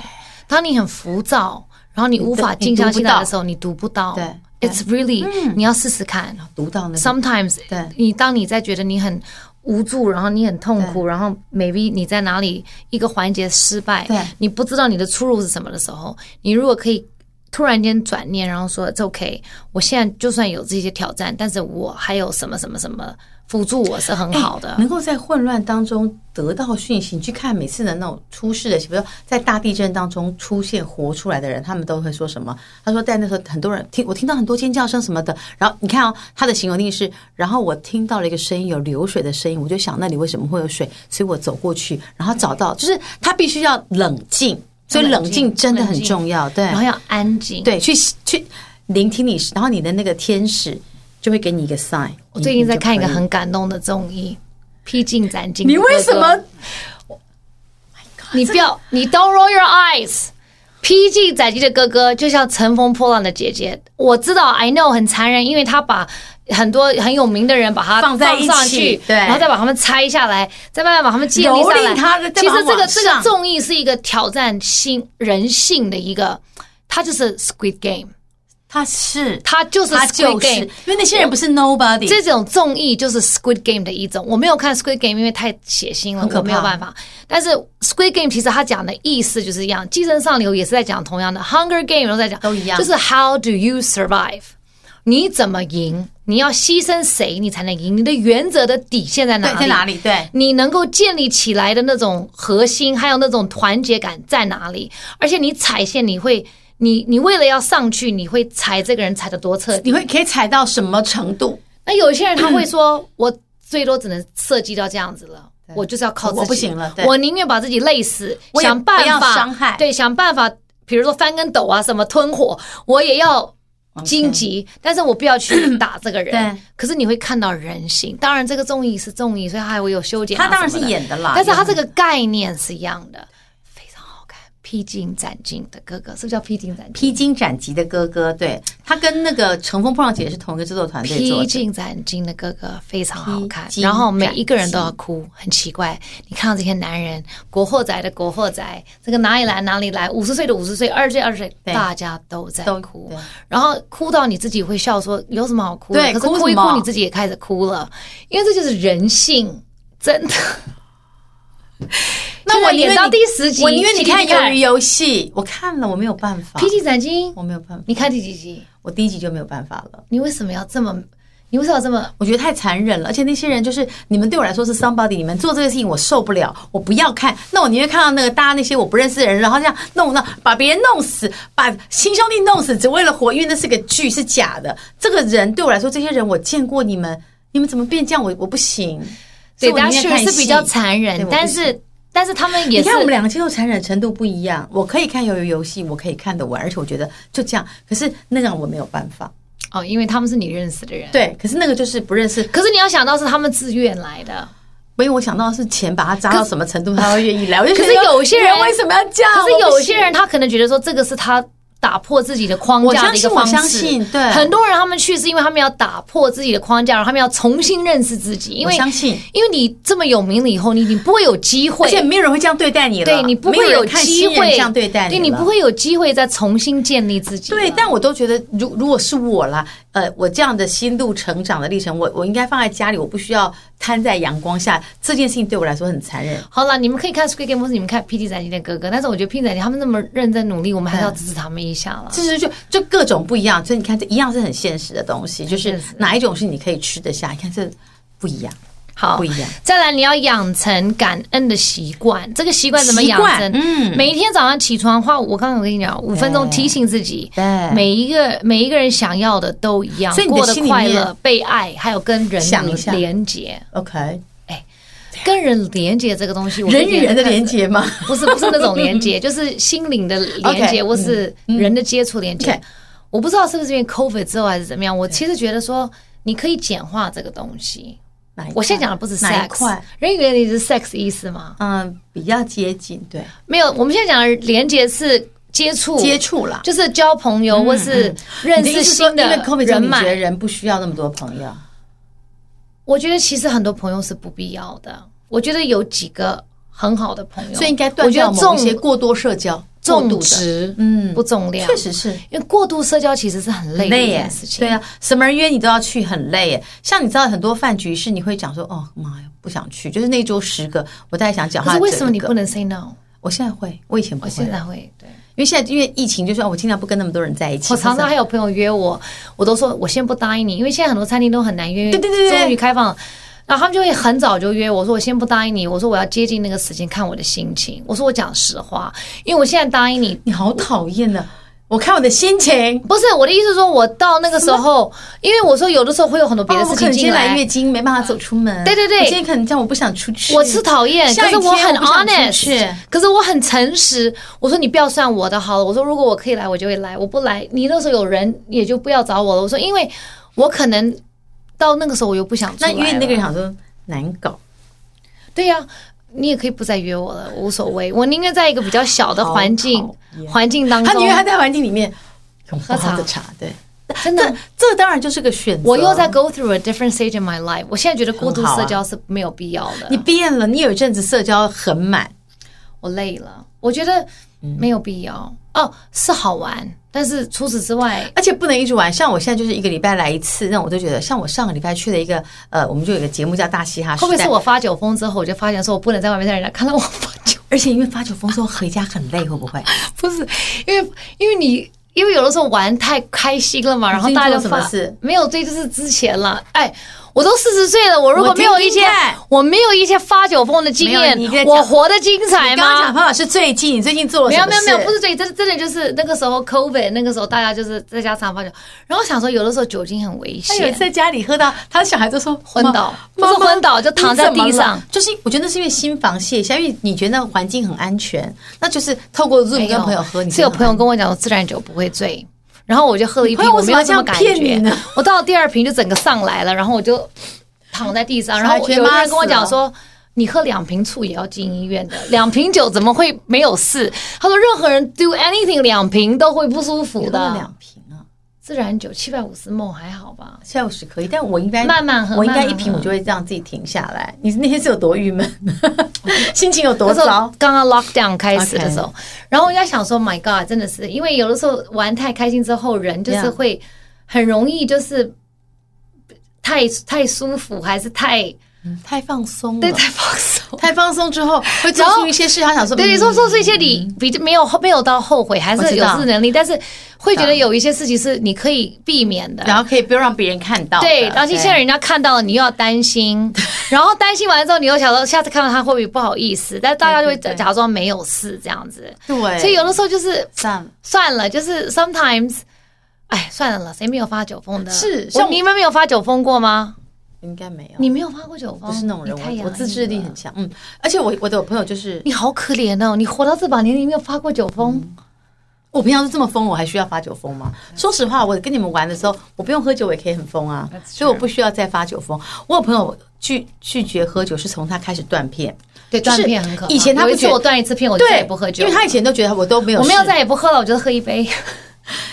[SPEAKER 2] 当你很浮躁，然后你无法静下心来的时候，你读不到。
[SPEAKER 1] 对
[SPEAKER 2] ，It's really，、你要试试看。
[SPEAKER 1] 读到那个
[SPEAKER 2] Sometimes，
[SPEAKER 1] 对
[SPEAKER 2] 你当你在觉得你很无助，然后你很痛苦，然后 maybe 你在哪里一个环节失败
[SPEAKER 1] 对，
[SPEAKER 2] 你不知道你的出路是什么的时候，你如果可以突然间转念，然后说 "It's OK，我现在就算有这些挑战，但是我还有什么什么什么辅助我是很
[SPEAKER 1] 哎
[SPEAKER 2] 好的。
[SPEAKER 1] 能够在混乱当中得到讯息，你去看每次的那种出事的，比如说在大地震当中出现活出来的人，他们都会说什么？他说在那时候很多人听，我听到很多尖叫声什么的。然后你看哦，他的形容力是，然后我听到了一个声音，有流水的声音，我就想那里为什么会有水，所以我走过去，然后找到，就是他必须要冷静，所以冷静真的很重要，对
[SPEAKER 2] 然后要安静。，
[SPEAKER 1] 对，去去聆听你，然后你的那个天使就会给你一个 sign。
[SPEAKER 2] 我最近在看一
[SPEAKER 1] 嗯
[SPEAKER 2] 个
[SPEAKER 1] 你就可以
[SPEAKER 2] 很感动的综艺《披荆斩棘》。
[SPEAKER 1] 你为什么？
[SPEAKER 2] 你不要，你 don't roll your eyes。披荆斩棘的哥哥就像乘风破浪的姐姐，我知道，I know 很残忍，因为他把很多很有名的人把他
[SPEAKER 1] 放在一起
[SPEAKER 2] 上去，
[SPEAKER 1] 对
[SPEAKER 2] 然后再把他们拆下来，再慢慢把他们建立
[SPEAKER 1] 蹂
[SPEAKER 2] 上
[SPEAKER 1] 躏
[SPEAKER 2] 来。
[SPEAKER 1] 他再把他
[SPEAKER 2] 其实这个
[SPEAKER 1] 往
[SPEAKER 2] 这个
[SPEAKER 1] 上
[SPEAKER 2] 综艺是一个挑战性人性的一个，它就是 Squid Game，
[SPEAKER 1] 他是
[SPEAKER 2] 它就是
[SPEAKER 1] 他
[SPEAKER 2] Squid
[SPEAKER 1] 就是
[SPEAKER 2] Game，
[SPEAKER 1] 因为那些人不是 nobody，
[SPEAKER 2] 这种综艺就是 Squid Game 的一种。我没有看 Squid Game，因为太血腥了
[SPEAKER 1] 很，可怕
[SPEAKER 2] 我没有办法。但是 Squid Game 其实它讲的意思就是一样，《寄生上流》也是在讲同样的，《Hunger Game》都在讲，
[SPEAKER 1] 都一样
[SPEAKER 2] 就是 How do you survive？你怎么赢？你要牺牲谁，你才能赢？你的原则的底线在哪里？
[SPEAKER 1] 对在哪里对
[SPEAKER 2] 你能够建立起来的那种核心，还有那种团结感在哪里？而且你踩线，你会，你你为了要上去，你会踩这个人踩得多彻底。
[SPEAKER 1] 你会可以踩到什么程度？
[SPEAKER 2] 那有些人他会说，我最多只能设计到这样子了。我就是要靠自己，
[SPEAKER 1] 我不行了对
[SPEAKER 2] 我宁愿把自己累死，
[SPEAKER 1] 我也
[SPEAKER 2] 想办
[SPEAKER 1] 不要
[SPEAKER 2] 法
[SPEAKER 1] 伤害
[SPEAKER 2] 对，想办法，比如说翻跟斗啊，什么吞火，我也要荆棘但是我不要去打这个人
[SPEAKER 1] 对。
[SPEAKER 2] 可是你会看到人性，当然这个综艺是综艺，所以它还会有修剪啊
[SPEAKER 1] 他
[SPEAKER 2] 什么
[SPEAKER 1] 当
[SPEAKER 2] 的。
[SPEAKER 1] 然是演的啦，
[SPEAKER 2] 但是他这
[SPEAKER 1] 个
[SPEAKER 2] 个概念是一样的，非常好看。披荆斩棘的哥哥是不是叫披荆斩棘？
[SPEAKER 1] 披荆斩棘的哥哥，对他跟那个《乘风破浪》姐姐是同一个制作团队做的，
[SPEAKER 2] 披荆斩棘的哥哥非常好看
[SPEAKER 1] 披，荆
[SPEAKER 2] 然后每一个人都要哭，很奇怪。你看到这些男人，国货仔的国货仔，这个哪里来哪里来，五十岁的五十岁，二十岁二十岁，
[SPEAKER 1] 对
[SPEAKER 2] 大家都在
[SPEAKER 1] 都
[SPEAKER 2] 哭
[SPEAKER 1] 对，
[SPEAKER 2] 然后哭到你自己会笑说有什么好哭的？
[SPEAKER 1] 对
[SPEAKER 2] 可是
[SPEAKER 1] 哭
[SPEAKER 2] 哭一
[SPEAKER 1] 什么
[SPEAKER 2] 哭你自己也开始哭了，因为这就是人性，真的。
[SPEAKER 1] 那我宁愿
[SPEAKER 2] 现在演到
[SPEAKER 1] 你
[SPEAKER 2] 第十集，
[SPEAKER 1] 我宁愿你
[SPEAKER 2] 请
[SPEAKER 1] 看《鱿鱼游戏》，我看了我没有办法
[SPEAKER 2] 披，荆斩棘
[SPEAKER 1] 我，没有办法，
[SPEAKER 2] 你看第几集？
[SPEAKER 1] 我第一集就没有办法了。
[SPEAKER 2] 你为什么要这么？你为什么要这么？
[SPEAKER 1] 我觉得太残忍了，而且那些人就是你们对我来说是 somebody，你们做这个事情我受不了，我不要看。那我宁愿看到那个大家那些我不认识的人，然后这样弄弄，把别人弄死，把亲兄弟弄死，只为了活，因为那是个剧，是假的。这个人对我来说，这些人我见过你们，你们怎么变这样？我我不行。所
[SPEAKER 2] 对，
[SPEAKER 1] 以我
[SPEAKER 2] 大
[SPEAKER 1] 宁愿
[SPEAKER 2] 家确
[SPEAKER 1] 看
[SPEAKER 2] 实是
[SPEAKER 1] 戏
[SPEAKER 2] 比较残
[SPEAKER 1] 对
[SPEAKER 2] 忍
[SPEAKER 1] 我，不
[SPEAKER 2] 但是但是他们也
[SPEAKER 1] 你
[SPEAKER 2] 是
[SPEAKER 1] 看我们两个接受残忍程度不一样，我可以看鱿鱼游戏，我可以看得完，而且我觉得就这样。可是那样我没有办法。
[SPEAKER 2] 哦，因为他们是你认识的人。
[SPEAKER 1] 对，可是那个就是不认识，
[SPEAKER 2] 可是你要想到是他们自愿来
[SPEAKER 1] 啊
[SPEAKER 2] 的，
[SPEAKER 1] 因为我想到的是钱把他扎到什么程度，他会愿意来。我就
[SPEAKER 2] 可是
[SPEAKER 1] 觉得
[SPEAKER 2] 有些人
[SPEAKER 1] 为什么要这样？啊
[SPEAKER 2] 可是
[SPEAKER 1] 我不
[SPEAKER 2] 有
[SPEAKER 1] 行
[SPEAKER 2] 些人他可能觉得说这个是他打破自己的框架的一个
[SPEAKER 1] 我
[SPEAKER 2] 方
[SPEAKER 1] 相
[SPEAKER 2] 式。
[SPEAKER 1] 信我相信对
[SPEAKER 2] 很多人他们去是因为他们要打破自己的框架，然后他们要重新认识自己，因为
[SPEAKER 1] 我相信
[SPEAKER 2] 因为你这么有名了以后，你已经不会有机会
[SPEAKER 1] 而。且没有人会这样对待你了，
[SPEAKER 2] 对你不
[SPEAKER 1] 没
[SPEAKER 2] 会
[SPEAKER 1] 有人看
[SPEAKER 2] 机
[SPEAKER 1] 新人
[SPEAKER 2] 会
[SPEAKER 1] 这样对待你，
[SPEAKER 2] 对你不。会有机会再重新建立自己了。
[SPEAKER 1] 对，但我都觉得，如如果是我啦，呃，我这样的心路成长的历程，我我应该放在家里，我不需要摊在阳光下。这件事情对我来说很残忍。
[SPEAKER 2] 好了，你们可以看《Squid Game》或是你们看《P.T. 斩棘的哥哥》，但是我觉得《P.T. 斩棘》他们那么认真努力，我们还是要支持他们一下 了。
[SPEAKER 1] 就是就就各种不一样，所以你看，这一样是很现实的东西，就是
[SPEAKER 2] 现实
[SPEAKER 1] 哪一种是你可以吃得下？你看这不一样，
[SPEAKER 2] 好，
[SPEAKER 1] 不一样。
[SPEAKER 2] 再来，你要养成感恩的习惯，这个习惯怎么
[SPEAKER 1] 习
[SPEAKER 2] 养
[SPEAKER 1] 惯
[SPEAKER 2] 成？
[SPEAKER 1] 嗯
[SPEAKER 2] 每一天早上起床花，我刚刚有跟你讲，五分钟提醒自己，
[SPEAKER 1] 对
[SPEAKER 2] 每一个每一个人想要的都一样
[SPEAKER 1] 所以，你的
[SPEAKER 2] 过得
[SPEAKER 1] 心里
[SPEAKER 2] 快
[SPEAKER 1] 面
[SPEAKER 2] 乐、被爱，还有跟人
[SPEAKER 1] 想一下
[SPEAKER 2] 连接。
[SPEAKER 1] OK，
[SPEAKER 2] 跟人连接这个东西，哦我
[SPEAKER 1] 人
[SPEAKER 2] 最近
[SPEAKER 1] 与人的
[SPEAKER 2] 在看
[SPEAKER 1] 连接 吗？
[SPEAKER 2] 不是不是那种 连接，就是心灵的连
[SPEAKER 1] OK，
[SPEAKER 2] 接
[SPEAKER 1] 嗯
[SPEAKER 2] 或是人的接触连接
[SPEAKER 1] OK。
[SPEAKER 2] 我不知道是不是因为 COVID 之后还是怎么样，我其实觉得说你可以简化这个东西。
[SPEAKER 1] 哪一
[SPEAKER 2] 我现在
[SPEAKER 1] 块
[SPEAKER 2] 讲的不是
[SPEAKER 1] 哪一
[SPEAKER 2] sex，
[SPEAKER 1] 块？
[SPEAKER 2] 人与人连接是 sex 的意思吗？
[SPEAKER 1] 嗯，比较接近，对，
[SPEAKER 2] 没有，我们现在讲的连接是接触，
[SPEAKER 1] 接触啦。
[SPEAKER 2] 就是交朋友或是认
[SPEAKER 1] 你的
[SPEAKER 2] 识
[SPEAKER 1] 意思说
[SPEAKER 2] 新的
[SPEAKER 1] 因为 COVID 之后
[SPEAKER 2] 人
[SPEAKER 1] 你觉得
[SPEAKER 2] 脉。
[SPEAKER 1] 人不需要那么多朋友，
[SPEAKER 2] 我觉得其实很多朋友是不必要的。我觉得有几个很好的朋友，
[SPEAKER 1] 所以应该
[SPEAKER 2] 我
[SPEAKER 1] 断
[SPEAKER 2] 觉
[SPEAKER 1] 掉
[SPEAKER 2] 得
[SPEAKER 1] 某
[SPEAKER 2] 重
[SPEAKER 1] 一些过多社交、过度
[SPEAKER 2] 重
[SPEAKER 1] 的。
[SPEAKER 2] 质，嗯，不重量，
[SPEAKER 1] 确实是
[SPEAKER 2] 因为过度社交其实是很累的一
[SPEAKER 1] 累耶
[SPEAKER 2] 件事，情。
[SPEAKER 1] 对啊，什么人约你都要去，很累耶。像你知道很多饭局是你会讲说，哦妈呀，不想去，就是那桌十个，我大概想讲
[SPEAKER 2] 可
[SPEAKER 1] 话。
[SPEAKER 2] 是为什么你不？能 say no？
[SPEAKER 1] 我现在会，我以前不
[SPEAKER 2] 我
[SPEAKER 1] 会。
[SPEAKER 2] 现在会对。
[SPEAKER 1] 因为现在因为疫情，就是哦我尽量不跟那么多人在一起。
[SPEAKER 2] 我常常
[SPEAKER 1] 或者
[SPEAKER 2] 还有朋友约我，我都说我先不答应你，因为现在很多餐厅都很难约，
[SPEAKER 1] 对对对对
[SPEAKER 2] 终于开放了。然后他们就会很早就约我说我先不答应你，我说我要接近那个时间看我的心情，我说我讲实话，因为我现在答应你
[SPEAKER 1] 你好讨厌呢、我看我的心情。
[SPEAKER 2] 不是我的意思，说我到那个时候，因为我说有的时候会有很多别的
[SPEAKER 1] 哦
[SPEAKER 2] 事
[SPEAKER 1] 我可
[SPEAKER 2] 情
[SPEAKER 1] 能今
[SPEAKER 2] 进
[SPEAKER 1] 天
[SPEAKER 2] 来，
[SPEAKER 1] 来月经，没办法走出门。
[SPEAKER 2] 对对对
[SPEAKER 1] 我今天可能这样，我不想出去。
[SPEAKER 2] 我是讨厌，
[SPEAKER 1] 下雨
[SPEAKER 2] 可是
[SPEAKER 1] 天
[SPEAKER 2] 我很
[SPEAKER 1] 我不想出
[SPEAKER 2] honest，
[SPEAKER 1] 去
[SPEAKER 2] 可是我很诚实。我说你不要算我的好了，我说如果我可以来，我就会来，我不来，你那时候有人也就不要找我了。我说因为我可能到那个时候我又不想出
[SPEAKER 1] 那
[SPEAKER 2] 来
[SPEAKER 1] 因为那个人
[SPEAKER 2] 了
[SPEAKER 1] 想说难搞，
[SPEAKER 2] 对呀、你也可以不再约我了，无所谓。我宁愿在一个比较小的环境
[SPEAKER 1] 好讨厌
[SPEAKER 2] 环境当
[SPEAKER 1] 他
[SPEAKER 2] 中，
[SPEAKER 1] 宁愿他在环境里面用
[SPEAKER 2] 喝
[SPEAKER 1] 喝
[SPEAKER 2] 茶
[SPEAKER 1] 的茶，对，
[SPEAKER 2] 真
[SPEAKER 1] 这
[SPEAKER 2] 的。
[SPEAKER 1] 这当然就是啊个选择。
[SPEAKER 2] 我又在 go through a different stage in my life。我现在觉得孤独
[SPEAKER 1] 很好啊
[SPEAKER 2] 社交是没有必要的。
[SPEAKER 1] 你变了，你有一阵子社交很满，
[SPEAKER 2] 我累了，我觉得没有必要。哦，是好玩，但是除此之外，
[SPEAKER 1] 而且不能一直玩。像我现在就是一个礼拜来一次，那我都觉得，像我上个礼拜去了一个呃，我们就有一个节目叫《大嘻哈时
[SPEAKER 2] 会不会
[SPEAKER 1] 代
[SPEAKER 2] 是》，我发酒疯之后，我就发现说我不能在外面让人家看到我发酒？
[SPEAKER 1] 而且因为发酒疯之后回家很累，会不会？
[SPEAKER 2] 不是，因为因为你因为有的时候玩太开心了嘛，然后大家就
[SPEAKER 1] 你最近做了
[SPEAKER 2] 发
[SPEAKER 1] 什么事
[SPEAKER 2] 没有，这就是之前了。哎，我都四十岁了，我如果没有一些
[SPEAKER 1] 我听听看
[SPEAKER 2] 我没有一些发酒疯的经验
[SPEAKER 1] 没有你在，讲
[SPEAKER 2] 我活得精彩
[SPEAKER 1] 你刚刚
[SPEAKER 2] 吗
[SPEAKER 1] 讲？潘老师最近，你最近做了
[SPEAKER 2] 没
[SPEAKER 1] 什
[SPEAKER 2] 有
[SPEAKER 1] 么
[SPEAKER 2] 没有
[SPEAKER 1] 事
[SPEAKER 2] 没有，不是最真真的就是那个时候 COVID 那个时候大家就是在家常发酒，然后想说有的时候酒精很危
[SPEAKER 1] 他有
[SPEAKER 2] 险，
[SPEAKER 1] 在家里喝到，他小孩都说
[SPEAKER 2] 昏倒
[SPEAKER 1] 妈
[SPEAKER 2] 不是
[SPEAKER 1] 妈
[SPEAKER 2] 昏倒就躺在地上
[SPEAKER 1] 你怎么了就是我觉得那是因为心房卸下，因为你觉得那个环境很安全，那就是透过 Zoom 跟朋友喝，你
[SPEAKER 2] 是有
[SPEAKER 1] 觉得
[SPEAKER 2] 朋
[SPEAKER 1] 很
[SPEAKER 2] 友跟我讲说自然酒不会醉，然后我就喝了一
[SPEAKER 1] 朋
[SPEAKER 2] 瓶，
[SPEAKER 1] 友
[SPEAKER 2] 我没有什么感
[SPEAKER 1] 为什么要这样骗你
[SPEAKER 2] 觉
[SPEAKER 1] 呢。
[SPEAKER 2] 我到了第二瓶就整个上来了，然后我就躺在地上，然
[SPEAKER 1] 小
[SPEAKER 2] 后
[SPEAKER 1] 孩
[SPEAKER 2] 我
[SPEAKER 1] 觉得
[SPEAKER 2] 有个
[SPEAKER 1] 妈
[SPEAKER 2] 人
[SPEAKER 1] 死
[SPEAKER 2] 跟我讲说。你喝两瓶醋也要进医院的，两瓶酒怎么会没有事？他说任何人 do anything 两瓶都会不舒服
[SPEAKER 1] 安喝了
[SPEAKER 2] 的。
[SPEAKER 1] 两瓶啊，
[SPEAKER 2] 自然酒七百五十梦还好吧？
[SPEAKER 1] 现在我是可以，但我应该
[SPEAKER 2] 慢慢喝
[SPEAKER 1] 我应该
[SPEAKER 2] 慢慢
[SPEAKER 1] 一
[SPEAKER 2] 喝
[SPEAKER 1] 瓶我就会让自己停下来。你那天是有多郁闷， 心情有多
[SPEAKER 2] 那时
[SPEAKER 1] 糟
[SPEAKER 2] 候？刚刚 lockdown 开始的时候，然后我在想说，My God，真的是因为有的时候玩太开心之后，人就是
[SPEAKER 1] Yeah
[SPEAKER 2] 会很容易就是太太舒服，还是太嗯
[SPEAKER 1] 太放松
[SPEAKER 2] 对
[SPEAKER 1] 了，
[SPEAKER 2] 太放松。
[SPEAKER 1] 太放松之后会做出一些事，他想说，
[SPEAKER 2] 对，你
[SPEAKER 1] 嗯
[SPEAKER 2] 说说这些你比没有没有到后悔，还
[SPEAKER 1] 我
[SPEAKER 2] 是
[SPEAKER 1] 知
[SPEAKER 2] 有
[SPEAKER 1] 道
[SPEAKER 2] 自制能力，但是会觉得有一些事情是你可以避免的。
[SPEAKER 1] 然后可以不要让别人看到的，
[SPEAKER 2] 对，然后现在人家看到了，你又要 担心，然后担心完之后，你又想说下次看到他会不会不好意思，但大家就会
[SPEAKER 1] 对对对
[SPEAKER 2] 假装没有事这样子。
[SPEAKER 1] 对，
[SPEAKER 2] 所以有的时候就是
[SPEAKER 1] 算了。
[SPEAKER 2] 算了，就是 sometimes，哎，算了，谁没有发酒疯的？
[SPEAKER 1] 是
[SPEAKER 2] 我
[SPEAKER 1] 像我
[SPEAKER 2] 你们没有发酒疯过吗？
[SPEAKER 1] 应该没有，
[SPEAKER 2] 你没有发过酒疯，
[SPEAKER 1] 不是那种人，
[SPEAKER 2] 你太
[SPEAKER 1] 我
[SPEAKER 2] 阳
[SPEAKER 1] 我自制力
[SPEAKER 2] 了
[SPEAKER 1] 很。强，嗯，而且我我的朋友就是，
[SPEAKER 2] 你好可怜哦！你活到这把年龄没有发过酒疯，
[SPEAKER 1] 嗯我平常都这么疯，我还需要发酒疯吗？说实话，我跟你们玩的时候，我不用喝酒，我也可以很疯啊，所以我不需要再发酒疯。我有朋友拒拒绝喝酒，是从他开始断片，
[SPEAKER 2] 对，
[SPEAKER 1] 就是
[SPEAKER 2] 断片很可怕。
[SPEAKER 1] 以前他不
[SPEAKER 2] 有一次
[SPEAKER 1] 觉得
[SPEAKER 2] 我断一次片，我就再
[SPEAKER 1] 对，
[SPEAKER 2] 也不喝酒
[SPEAKER 1] 因
[SPEAKER 2] 了，
[SPEAKER 1] 为他以前都觉得我都没有，
[SPEAKER 2] 我没有，再也不喝了，我就喝一杯。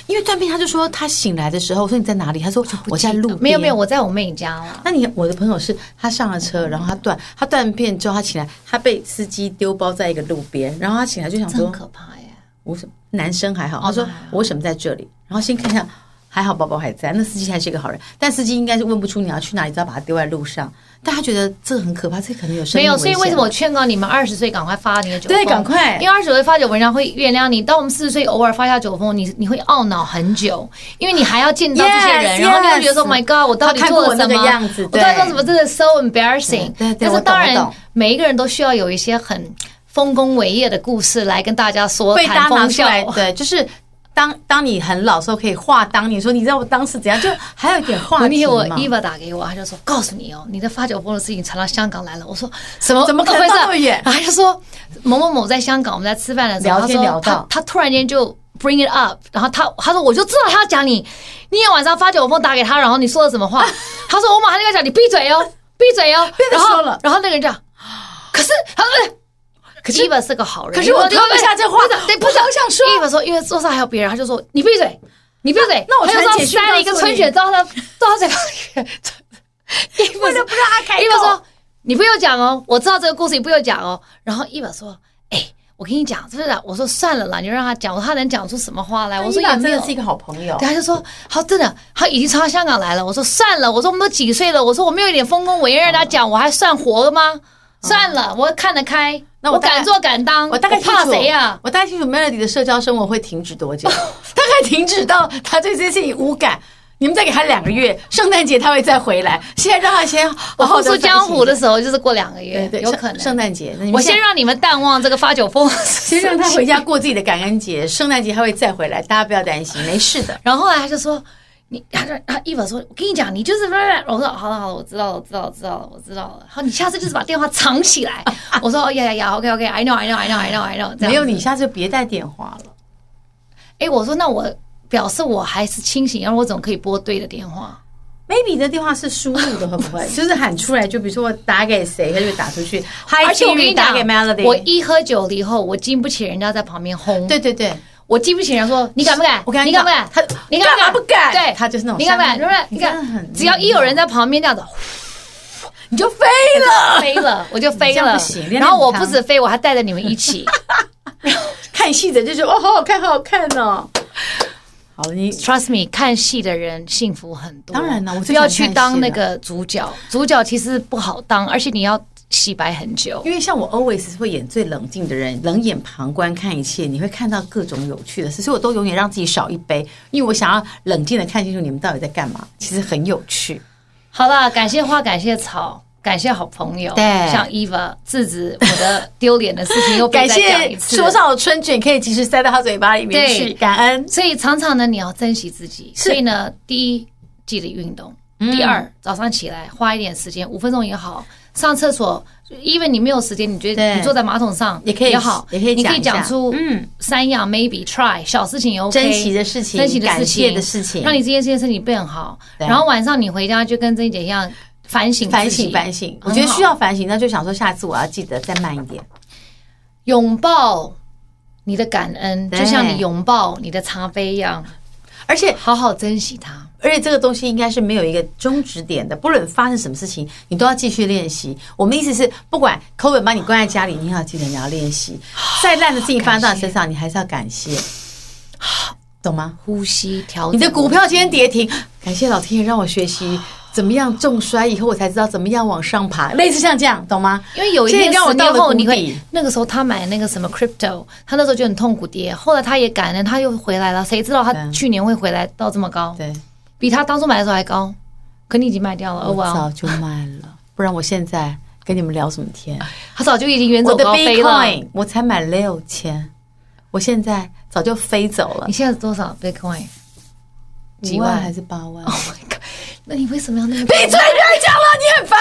[SPEAKER 1] 因为断片，他就说他醒来的时候，我说你在哪里？他说我在路边，
[SPEAKER 2] 没有没有，。我在我妹家了。
[SPEAKER 1] 那你我的朋友是他上了车，然后他断，他断片之后，他起来，他被司机丢包在一个路边，然后他醒来就想
[SPEAKER 2] 这很
[SPEAKER 1] 说，
[SPEAKER 2] 可怕耶！
[SPEAKER 1] 我什么男生还好，他说
[SPEAKER 2] 男孩啊
[SPEAKER 1] 我为什么在这里？然后先看一下，还好宝宝还在，那司机还是一个好人，但司机应该是问不出你要去哪里，只要把他丢在路上。但他觉得这很可怕，这可能有生
[SPEAKER 2] 没
[SPEAKER 1] 命
[SPEAKER 2] 有，
[SPEAKER 1] 危
[SPEAKER 2] 所
[SPEAKER 1] 险
[SPEAKER 2] 以为什么我劝告你们二十岁赶快发你的酒疯？
[SPEAKER 1] 对赶快
[SPEAKER 2] 因为二十岁发酒疯，人家会原谅你。当我们四十岁偶尔发下酒疯，你你会懊恼很久，因为你还要见到这些人
[SPEAKER 1] Yes,
[SPEAKER 2] 然后你会觉得说，“Oh
[SPEAKER 1] yes
[SPEAKER 2] ，My God，我到底
[SPEAKER 1] 他看过
[SPEAKER 2] 做了
[SPEAKER 1] 我那
[SPEAKER 2] 什
[SPEAKER 1] 个
[SPEAKER 2] 么？
[SPEAKER 1] 样子
[SPEAKER 2] 我到底
[SPEAKER 1] 对
[SPEAKER 2] 做什么？真的 so embarrassing
[SPEAKER 1] 对对对。
[SPEAKER 2] 但
[SPEAKER 1] 我
[SPEAKER 2] 是
[SPEAKER 1] 懂
[SPEAKER 2] 当
[SPEAKER 1] 我
[SPEAKER 2] 然
[SPEAKER 1] 懂，
[SPEAKER 2] 每一个人都需要有一些很丰功伟业的故事来跟大家说
[SPEAKER 1] 被大
[SPEAKER 2] 谈
[SPEAKER 1] 家拿
[SPEAKER 2] 风
[SPEAKER 1] 出
[SPEAKER 2] 笑。
[SPEAKER 1] 来？对，就是当当你很老的时候可以话当年，你说你知道我当时怎样，就还有一点话
[SPEAKER 2] 我那
[SPEAKER 1] 题
[SPEAKER 2] 天我
[SPEAKER 1] 嘛。
[SPEAKER 2] Eva 打给我，他就说：“告诉你哦，你的发酒疯的事情传到香港来了。”我说：“什么？
[SPEAKER 1] 怎么可能
[SPEAKER 2] 回事
[SPEAKER 1] 那么 远
[SPEAKER 2] 然后啊他就说：“某某某在香港，我们在吃饭的时候，
[SPEAKER 1] 聊天聊
[SPEAKER 2] 他
[SPEAKER 1] 到
[SPEAKER 2] 说他他突然间就 bring it up，然后他他说我就知道他要讲你，你也晚上发酒疯打给他，然后你说了什么 话？他说我马上就跟他讲，你闭嘴哦，闭嘴哦。
[SPEAKER 1] 变得
[SPEAKER 2] 然后
[SPEAKER 1] 说了
[SPEAKER 2] 然后那个人这样，可是他说。哎”
[SPEAKER 1] 可是
[SPEAKER 2] Eva 是个好人，
[SPEAKER 1] 可是我
[SPEAKER 2] 因为
[SPEAKER 1] 吞不下这话
[SPEAKER 2] 不是对，不
[SPEAKER 1] 我好想说
[SPEAKER 2] Eva 说，因为桌上还有别人，他就说你闭嘴，你闭嘴。
[SPEAKER 1] 那我
[SPEAKER 2] 他就
[SPEAKER 1] 传
[SPEAKER 2] 说
[SPEAKER 1] 简讯
[SPEAKER 2] 塞了一
[SPEAKER 1] 告诉
[SPEAKER 2] 个春
[SPEAKER 1] 你
[SPEAKER 2] 雪到他到他嘴 巴里面。伊娃
[SPEAKER 1] 为了不让他开口
[SPEAKER 2] 伊娃说：“你不用讲哦，我知道这个故事，你不用讲哦。”然后伊娃说：“哎、我跟你讲，真的，我说算了啦，你让他讲，他能讲出什么话来？我说
[SPEAKER 1] 伊娃
[SPEAKER 2] 也没
[SPEAKER 1] 真
[SPEAKER 2] 有
[SPEAKER 1] 的。是一个好朋友
[SPEAKER 2] 对，。他就说，他真的，他已经传到香港来了。我说算了，我说我们都几岁了，我说我没有一点丰功伟业让他讲，我还算活吗？算了，我看得开，
[SPEAKER 1] 哦那我
[SPEAKER 2] 我
[SPEAKER 1] 大概
[SPEAKER 2] 敢做敢当，
[SPEAKER 1] 我大概清
[SPEAKER 2] 怕
[SPEAKER 1] 楚
[SPEAKER 2] 谁啊呀、
[SPEAKER 1] 我大概清楚 Melody 的社交生活会停止 多久，大概停止到他对这些事情无感。你们再给他两个月，圣诞节他会再回来。现在让他先
[SPEAKER 2] 我
[SPEAKER 1] 好好
[SPEAKER 2] 复
[SPEAKER 1] 地
[SPEAKER 2] 出江湖的
[SPEAKER 1] 反省
[SPEAKER 2] 时候就是过两个
[SPEAKER 1] 一下，对
[SPEAKER 2] 月，
[SPEAKER 1] 对，
[SPEAKER 2] 有
[SPEAKER 1] 圣
[SPEAKER 2] 可能。
[SPEAKER 1] 圣诞节。那你们
[SPEAKER 2] 我
[SPEAKER 1] 现
[SPEAKER 2] 先
[SPEAKER 1] 在
[SPEAKER 2] 让你们淡忘这个发酒疯，先
[SPEAKER 1] 先让他回家过自己的感恩节，圣诞节他会再回来，大家不要担心，没事的。
[SPEAKER 2] 然后后来他就说，你，他就他一本说，我跟你讲，你就是，我说好了好了，我知道了，我知道了，我知道了，我知道了。好，你下次就是把电话藏起来。我说哦呀呀呀，OK OK，I know I know I know I know I know。
[SPEAKER 1] 没有你，，下次就别带电话 了。
[SPEAKER 2] 哎，我说那我表示我还是清醒，然后我总可以拨对的电话。
[SPEAKER 1] maybe 你的电话是输入的，会不会？就是喊出来，就比如说我打给谁，他就打出去。Hi，
[SPEAKER 2] 而且我跟
[SPEAKER 1] Siri，
[SPEAKER 2] 你
[SPEAKER 1] 打
[SPEAKER 2] 讲
[SPEAKER 1] 给 Melody，，
[SPEAKER 2] 我一喝酒了以后，我经不起人家在旁边轰，
[SPEAKER 1] 对对对，
[SPEAKER 2] 我经不起人家说你敢不敢？
[SPEAKER 1] 我跟
[SPEAKER 2] 你
[SPEAKER 1] 你
[SPEAKER 2] 敢
[SPEAKER 1] 讲
[SPEAKER 2] 不敢？
[SPEAKER 1] 他
[SPEAKER 2] 你敢
[SPEAKER 1] 干嘛不敢
[SPEAKER 2] 对，
[SPEAKER 1] 他就是那种
[SPEAKER 2] 你敢不
[SPEAKER 1] 像
[SPEAKER 2] 敢？对不对？你
[SPEAKER 1] 你真的
[SPEAKER 2] 看，
[SPEAKER 1] 很
[SPEAKER 2] 只要一有人在旁边这样子。
[SPEAKER 1] 你就飞了。
[SPEAKER 2] 飞了，我就飞
[SPEAKER 1] 你这
[SPEAKER 2] 了
[SPEAKER 1] 样不行。练
[SPEAKER 2] 然后我
[SPEAKER 1] 练
[SPEAKER 2] 不
[SPEAKER 1] 汤
[SPEAKER 2] 止飞，我还带着你们一起。
[SPEAKER 1] 看戏的就觉得哦，好好看，好好看哦。好，你
[SPEAKER 2] Trust me，看戏的人幸福很多。
[SPEAKER 1] 当然啦我
[SPEAKER 2] 不
[SPEAKER 1] 最
[SPEAKER 2] 要
[SPEAKER 1] 想
[SPEAKER 2] 去
[SPEAKER 1] 看戏
[SPEAKER 2] 当
[SPEAKER 1] 了
[SPEAKER 2] 那个主角，主角其实不好当，而且你要洗白很久。
[SPEAKER 1] 因为像我 always 会演最冷静的人，冷眼旁观看一切，你会看到各种有趣的事，所以我都永远让自己少一杯，因为我想要冷静的看清楚你们到底在干嘛，其实很有趣。
[SPEAKER 2] 好啦，感谢花，感谢草。感谢好朋友，
[SPEAKER 1] 对
[SPEAKER 2] 像 Eva 制止我的丢脸的事情又被
[SPEAKER 1] 感
[SPEAKER 2] 再讲一
[SPEAKER 1] 谢
[SPEAKER 2] 次。
[SPEAKER 1] 说到春卷可以及时塞到他嘴巴里面去，
[SPEAKER 2] 对
[SPEAKER 1] 感恩。
[SPEAKER 2] 所以常常呢，你要珍惜自己。所以呢，第一，记得运动；
[SPEAKER 1] 嗯
[SPEAKER 2] 第二，早上起来花一点时间，五分钟也好，上厕所。因为你没有时间，你觉得
[SPEAKER 1] 对
[SPEAKER 2] 你坐在马桶上
[SPEAKER 1] 也可以
[SPEAKER 2] 也好，
[SPEAKER 1] 也可以
[SPEAKER 2] 你可以
[SPEAKER 1] 讲一下
[SPEAKER 2] 讲出嗯三样 maybe try 小事情也 OK，
[SPEAKER 1] 珍惜的事情
[SPEAKER 2] 珍惜的事
[SPEAKER 1] 感
[SPEAKER 2] 情
[SPEAKER 1] 谢的事情
[SPEAKER 2] 让你这件事情身体变好。
[SPEAKER 1] 对
[SPEAKER 2] 然后晚上你回家就跟珍姐一样反省自己
[SPEAKER 1] 反省反省，我觉得
[SPEAKER 2] 很好
[SPEAKER 1] 需要反省，那就想说下次我要记得再慢一点。
[SPEAKER 2] 拥抱你的感恩，
[SPEAKER 1] 对
[SPEAKER 2] 就像你拥抱你的茶杯一样，
[SPEAKER 1] 而且
[SPEAKER 2] 好好珍惜它。
[SPEAKER 1] 而且这个东西应该是没有一个终止点的，不论发生什么事情，你都要继续练习。我们意思是，不管 COVID 把你关在家里，你也要记得你要练习。再烂的事情发生到你身上，你还是要感谢，懂吗？
[SPEAKER 2] 呼吸调整
[SPEAKER 1] 你的股票今天跌停，感谢老天爷让我学习怎么样重摔，以后我才知道怎么样往上爬，类似像这样，懂吗？
[SPEAKER 2] 因为有一
[SPEAKER 1] 现在
[SPEAKER 2] 天
[SPEAKER 1] 让我
[SPEAKER 2] 十
[SPEAKER 1] 到
[SPEAKER 2] 年
[SPEAKER 1] 了
[SPEAKER 2] 后
[SPEAKER 1] 谷
[SPEAKER 2] 你会
[SPEAKER 1] 底，
[SPEAKER 2] 那个时候他买那个什么 crypto，他那时候就很痛苦跌，后来他也感恩，他又回来了。谁知道他
[SPEAKER 1] 对
[SPEAKER 2] 去年会回来到这么高，
[SPEAKER 1] 对，
[SPEAKER 2] 比他当初买的时候还高，可你已经卖掉了。哦
[SPEAKER 1] 我
[SPEAKER 2] 哇
[SPEAKER 1] 早，就卖了，不然我现在跟你们聊什么天？
[SPEAKER 2] 他早就已经远
[SPEAKER 1] 我
[SPEAKER 2] 走
[SPEAKER 1] 的
[SPEAKER 2] 高飞了。
[SPEAKER 1] Bitcoin 我才买六千，我现在早就飞走了
[SPEAKER 2] 你。现在多少 Bitcoin？
[SPEAKER 1] 几
[SPEAKER 2] 几
[SPEAKER 1] 万
[SPEAKER 2] 万
[SPEAKER 1] 还是八万？
[SPEAKER 2] Oh my god！那你为什么要那么
[SPEAKER 1] 闭嘴！不要讲了，你很烦。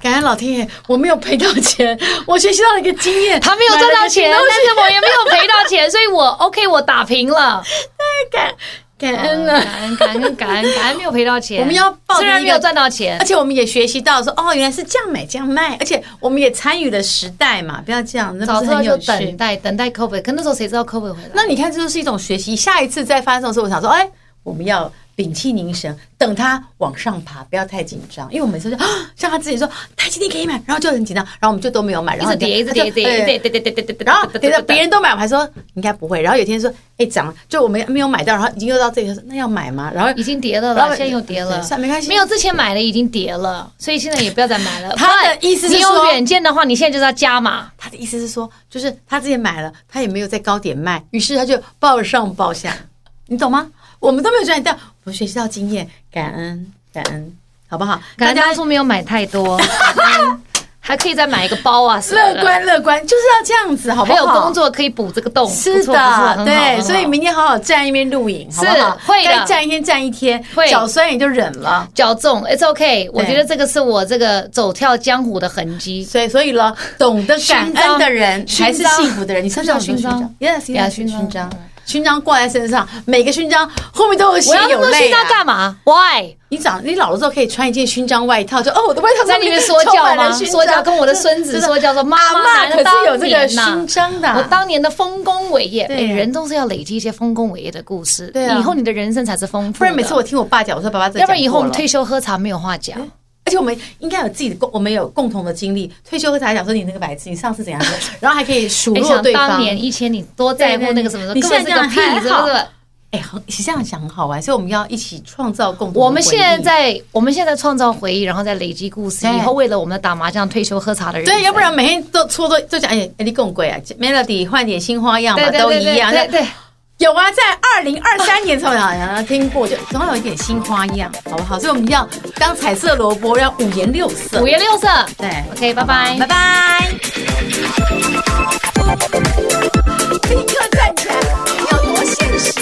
[SPEAKER 1] 感恩老天爷，我没有赔到钱， 我学习到了一个经验。
[SPEAKER 2] 他没有赚到钱，啊
[SPEAKER 1] 买
[SPEAKER 2] 哦
[SPEAKER 1] 了个
[SPEAKER 2] 但是我也没有赔到 钱，所以我 OK，我打平了，
[SPEAKER 1] 新东西，感恩啊
[SPEAKER 2] 哦感
[SPEAKER 1] 了。
[SPEAKER 2] 恩感恩感恩感恩没有赔到钱。
[SPEAKER 1] 我们要抱着
[SPEAKER 2] 虽然
[SPEAKER 1] 一个
[SPEAKER 2] 没有赚到钱
[SPEAKER 1] 而，且我们也学习到说，哦，原来是这样买这样卖，而且我们也参与了时代嘛，不要这样，那
[SPEAKER 2] 早
[SPEAKER 1] 不
[SPEAKER 2] 知
[SPEAKER 1] 是
[SPEAKER 2] 道
[SPEAKER 1] 很
[SPEAKER 2] 就
[SPEAKER 1] 有趣。
[SPEAKER 2] 等待等待 COVID，可那时候谁知道 COVID 回来？
[SPEAKER 1] 那你看，这就是一种学习。下一次再发生的时候，我想说，哎，我们要屏气凝神，等它往上爬，不要太紧张。因为我每次就、啊、像他自己说，台积电可以买，然后就很紧张，然后我们就都没有买，然
[SPEAKER 2] 一
[SPEAKER 1] 后
[SPEAKER 2] 直跌，一直
[SPEAKER 1] 他就
[SPEAKER 2] 跌，一直
[SPEAKER 1] 哎
[SPEAKER 2] 跌，一直跌，跌跌跌跌，
[SPEAKER 1] 然后等到别人都买，我还说应该不会。然后有一天说，哎，涨了，就我们没有买到，然后已经又到这里，他说那要买吗？然后
[SPEAKER 2] 已经跌了
[SPEAKER 1] 然
[SPEAKER 2] 啦，
[SPEAKER 1] 后
[SPEAKER 2] 现在又跌了，
[SPEAKER 1] 对啊算没关系
[SPEAKER 2] 没有之前买的已经跌了，所以现在也不要再买了。
[SPEAKER 1] 他的
[SPEAKER 2] 不然
[SPEAKER 1] 意思是
[SPEAKER 2] 你有
[SPEAKER 1] 说
[SPEAKER 2] 远见的话，你现在就是要加码。
[SPEAKER 1] 他的意思是说，就是他之前买了，他也没有在高点卖，于是他就抱上抱下，你懂吗？我们都没有赚，但我们学习到经验，感恩感恩，好不好？大
[SPEAKER 2] 感恩
[SPEAKER 1] 家
[SPEAKER 2] 当初没有买太 多，嗯还可以再买一个包啊，什么的
[SPEAKER 1] 乐观乐观，就是要这样子，好不
[SPEAKER 2] 还
[SPEAKER 1] 好？
[SPEAKER 2] 有工。作可以补这个洞，
[SPEAKER 1] 是
[SPEAKER 2] 不错不错很
[SPEAKER 1] 的，
[SPEAKER 2] 好
[SPEAKER 1] 对，
[SPEAKER 2] 很好
[SPEAKER 1] 所以明天好好站一边录影，好不好？
[SPEAKER 2] 是会的
[SPEAKER 1] 该站一天站一天
[SPEAKER 2] 会，
[SPEAKER 1] 脚酸也就忍了。
[SPEAKER 2] 较重，It's OK。我觉得这个是我这个走跳江湖的痕迹。
[SPEAKER 1] 所以，所以咯，懂得感恩的人
[SPEAKER 2] 勋章
[SPEAKER 1] 才是幸福的人。你身上有很多
[SPEAKER 2] 勋
[SPEAKER 1] 勋章，yes，
[SPEAKER 2] 呀
[SPEAKER 1] yes，
[SPEAKER 2] 勋章
[SPEAKER 1] 勋章，勋章挂在身上，每个勋章后面都有血
[SPEAKER 2] 我要那
[SPEAKER 1] 有
[SPEAKER 2] 么多
[SPEAKER 1] 泪
[SPEAKER 2] 勋章
[SPEAKER 1] 啊。
[SPEAKER 2] 干嘛？Why？
[SPEAKER 1] 你长你老了之后可以穿一件勋章外套，就哦，我的外套
[SPEAKER 2] 在
[SPEAKER 1] 上
[SPEAKER 2] 里
[SPEAKER 1] 面
[SPEAKER 2] 面说教
[SPEAKER 1] 充满
[SPEAKER 2] 吗？
[SPEAKER 1] 了勋章
[SPEAKER 2] 说教跟我的孙子
[SPEAKER 1] 真的
[SPEAKER 2] 说教说，妈
[SPEAKER 1] 阿
[SPEAKER 2] 妈
[SPEAKER 1] 嬷
[SPEAKER 2] 难
[SPEAKER 1] 可是有
[SPEAKER 2] 当
[SPEAKER 1] 这个
[SPEAKER 2] 年呐、
[SPEAKER 1] 勋章的啊，
[SPEAKER 2] 我当年的丰功伟业，
[SPEAKER 1] 对啊
[SPEAKER 2] 每人都是要累积一些丰功伟业的故事，
[SPEAKER 1] 对啊
[SPEAKER 2] 以后你的人生才是丰富的。
[SPEAKER 1] 不然每次我听我爸讲，我说爸爸这
[SPEAKER 2] 要不然以后我
[SPEAKER 1] 讲过了
[SPEAKER 2] 们
[SPEAKER 1] 嗯
[SPEAKER 2] 退休喝茶没有话讲，
[SPEAKER 1] 而且我们应该有自己的共，我们有共同的经历。退休和才讲说你那个白痴，你上次怎样怎样，然后还可以数
[SPEAKER 2] 你
[SPEAKER 1] 落
[SPEAKER 2] 哎想
[SPEAKER 1] 对
[SPEAKER 2] 当
[SPEAKER 1] 方。
[SPEAKER 2] 年以前你多在乎那个什么什么，
[SPEAKER 1] 对对对
[SPEAKER 2] 根本是个
[SPEAKER 1] 你现在
[SPEAKER 2] 屁，
[SPEAKER 1] 这
[SPEAKER 2] 是
[SPEAKER 1] 样还好
[SPEAKER 2] 不是？
[SPEAKER 1] 哎，很其实这样想很好玩，所以我们要一起创造共同的
[SPEAKER 2] 我们现在
[SPEAKER 1] 回忆
[SPEAKER 2] 在我们现在创造回忆，然后再累积故事，
[SPEAKER 1] 对
[SPEAKER 2] 以后为了我们的打麻将、退休喝茶的人生，
[SPEAKER 1] 对，要不然每天都搓都都讲，哎、哎，你更贵啊，Melody 换点新花样
[SPEAKER 2] 对
[SPEAKER 1] 嘛，
[SPEAKER 2] 对
[SPEAKER 1] 都
[SPEAKER 2] 对
[SPEAKER 1] 一
[SPEAKER 2] 对
[SPEAKER 1] 样。
[SPEAKER 2] 对对。
[SPEAKER 1] 有啊，在二零二三年的时候好像听过，就总要有一点新花样，好不好？所以我们要当彩色萝卜，要五颜六色。
[SPEAKER 2] 五颜六色。
[SPEAKER 1] 对
[SPEAKER 2] ，OK，拜拜
[SPEAKER 1] 拜。拜。立刻站起来，你要多现实。啊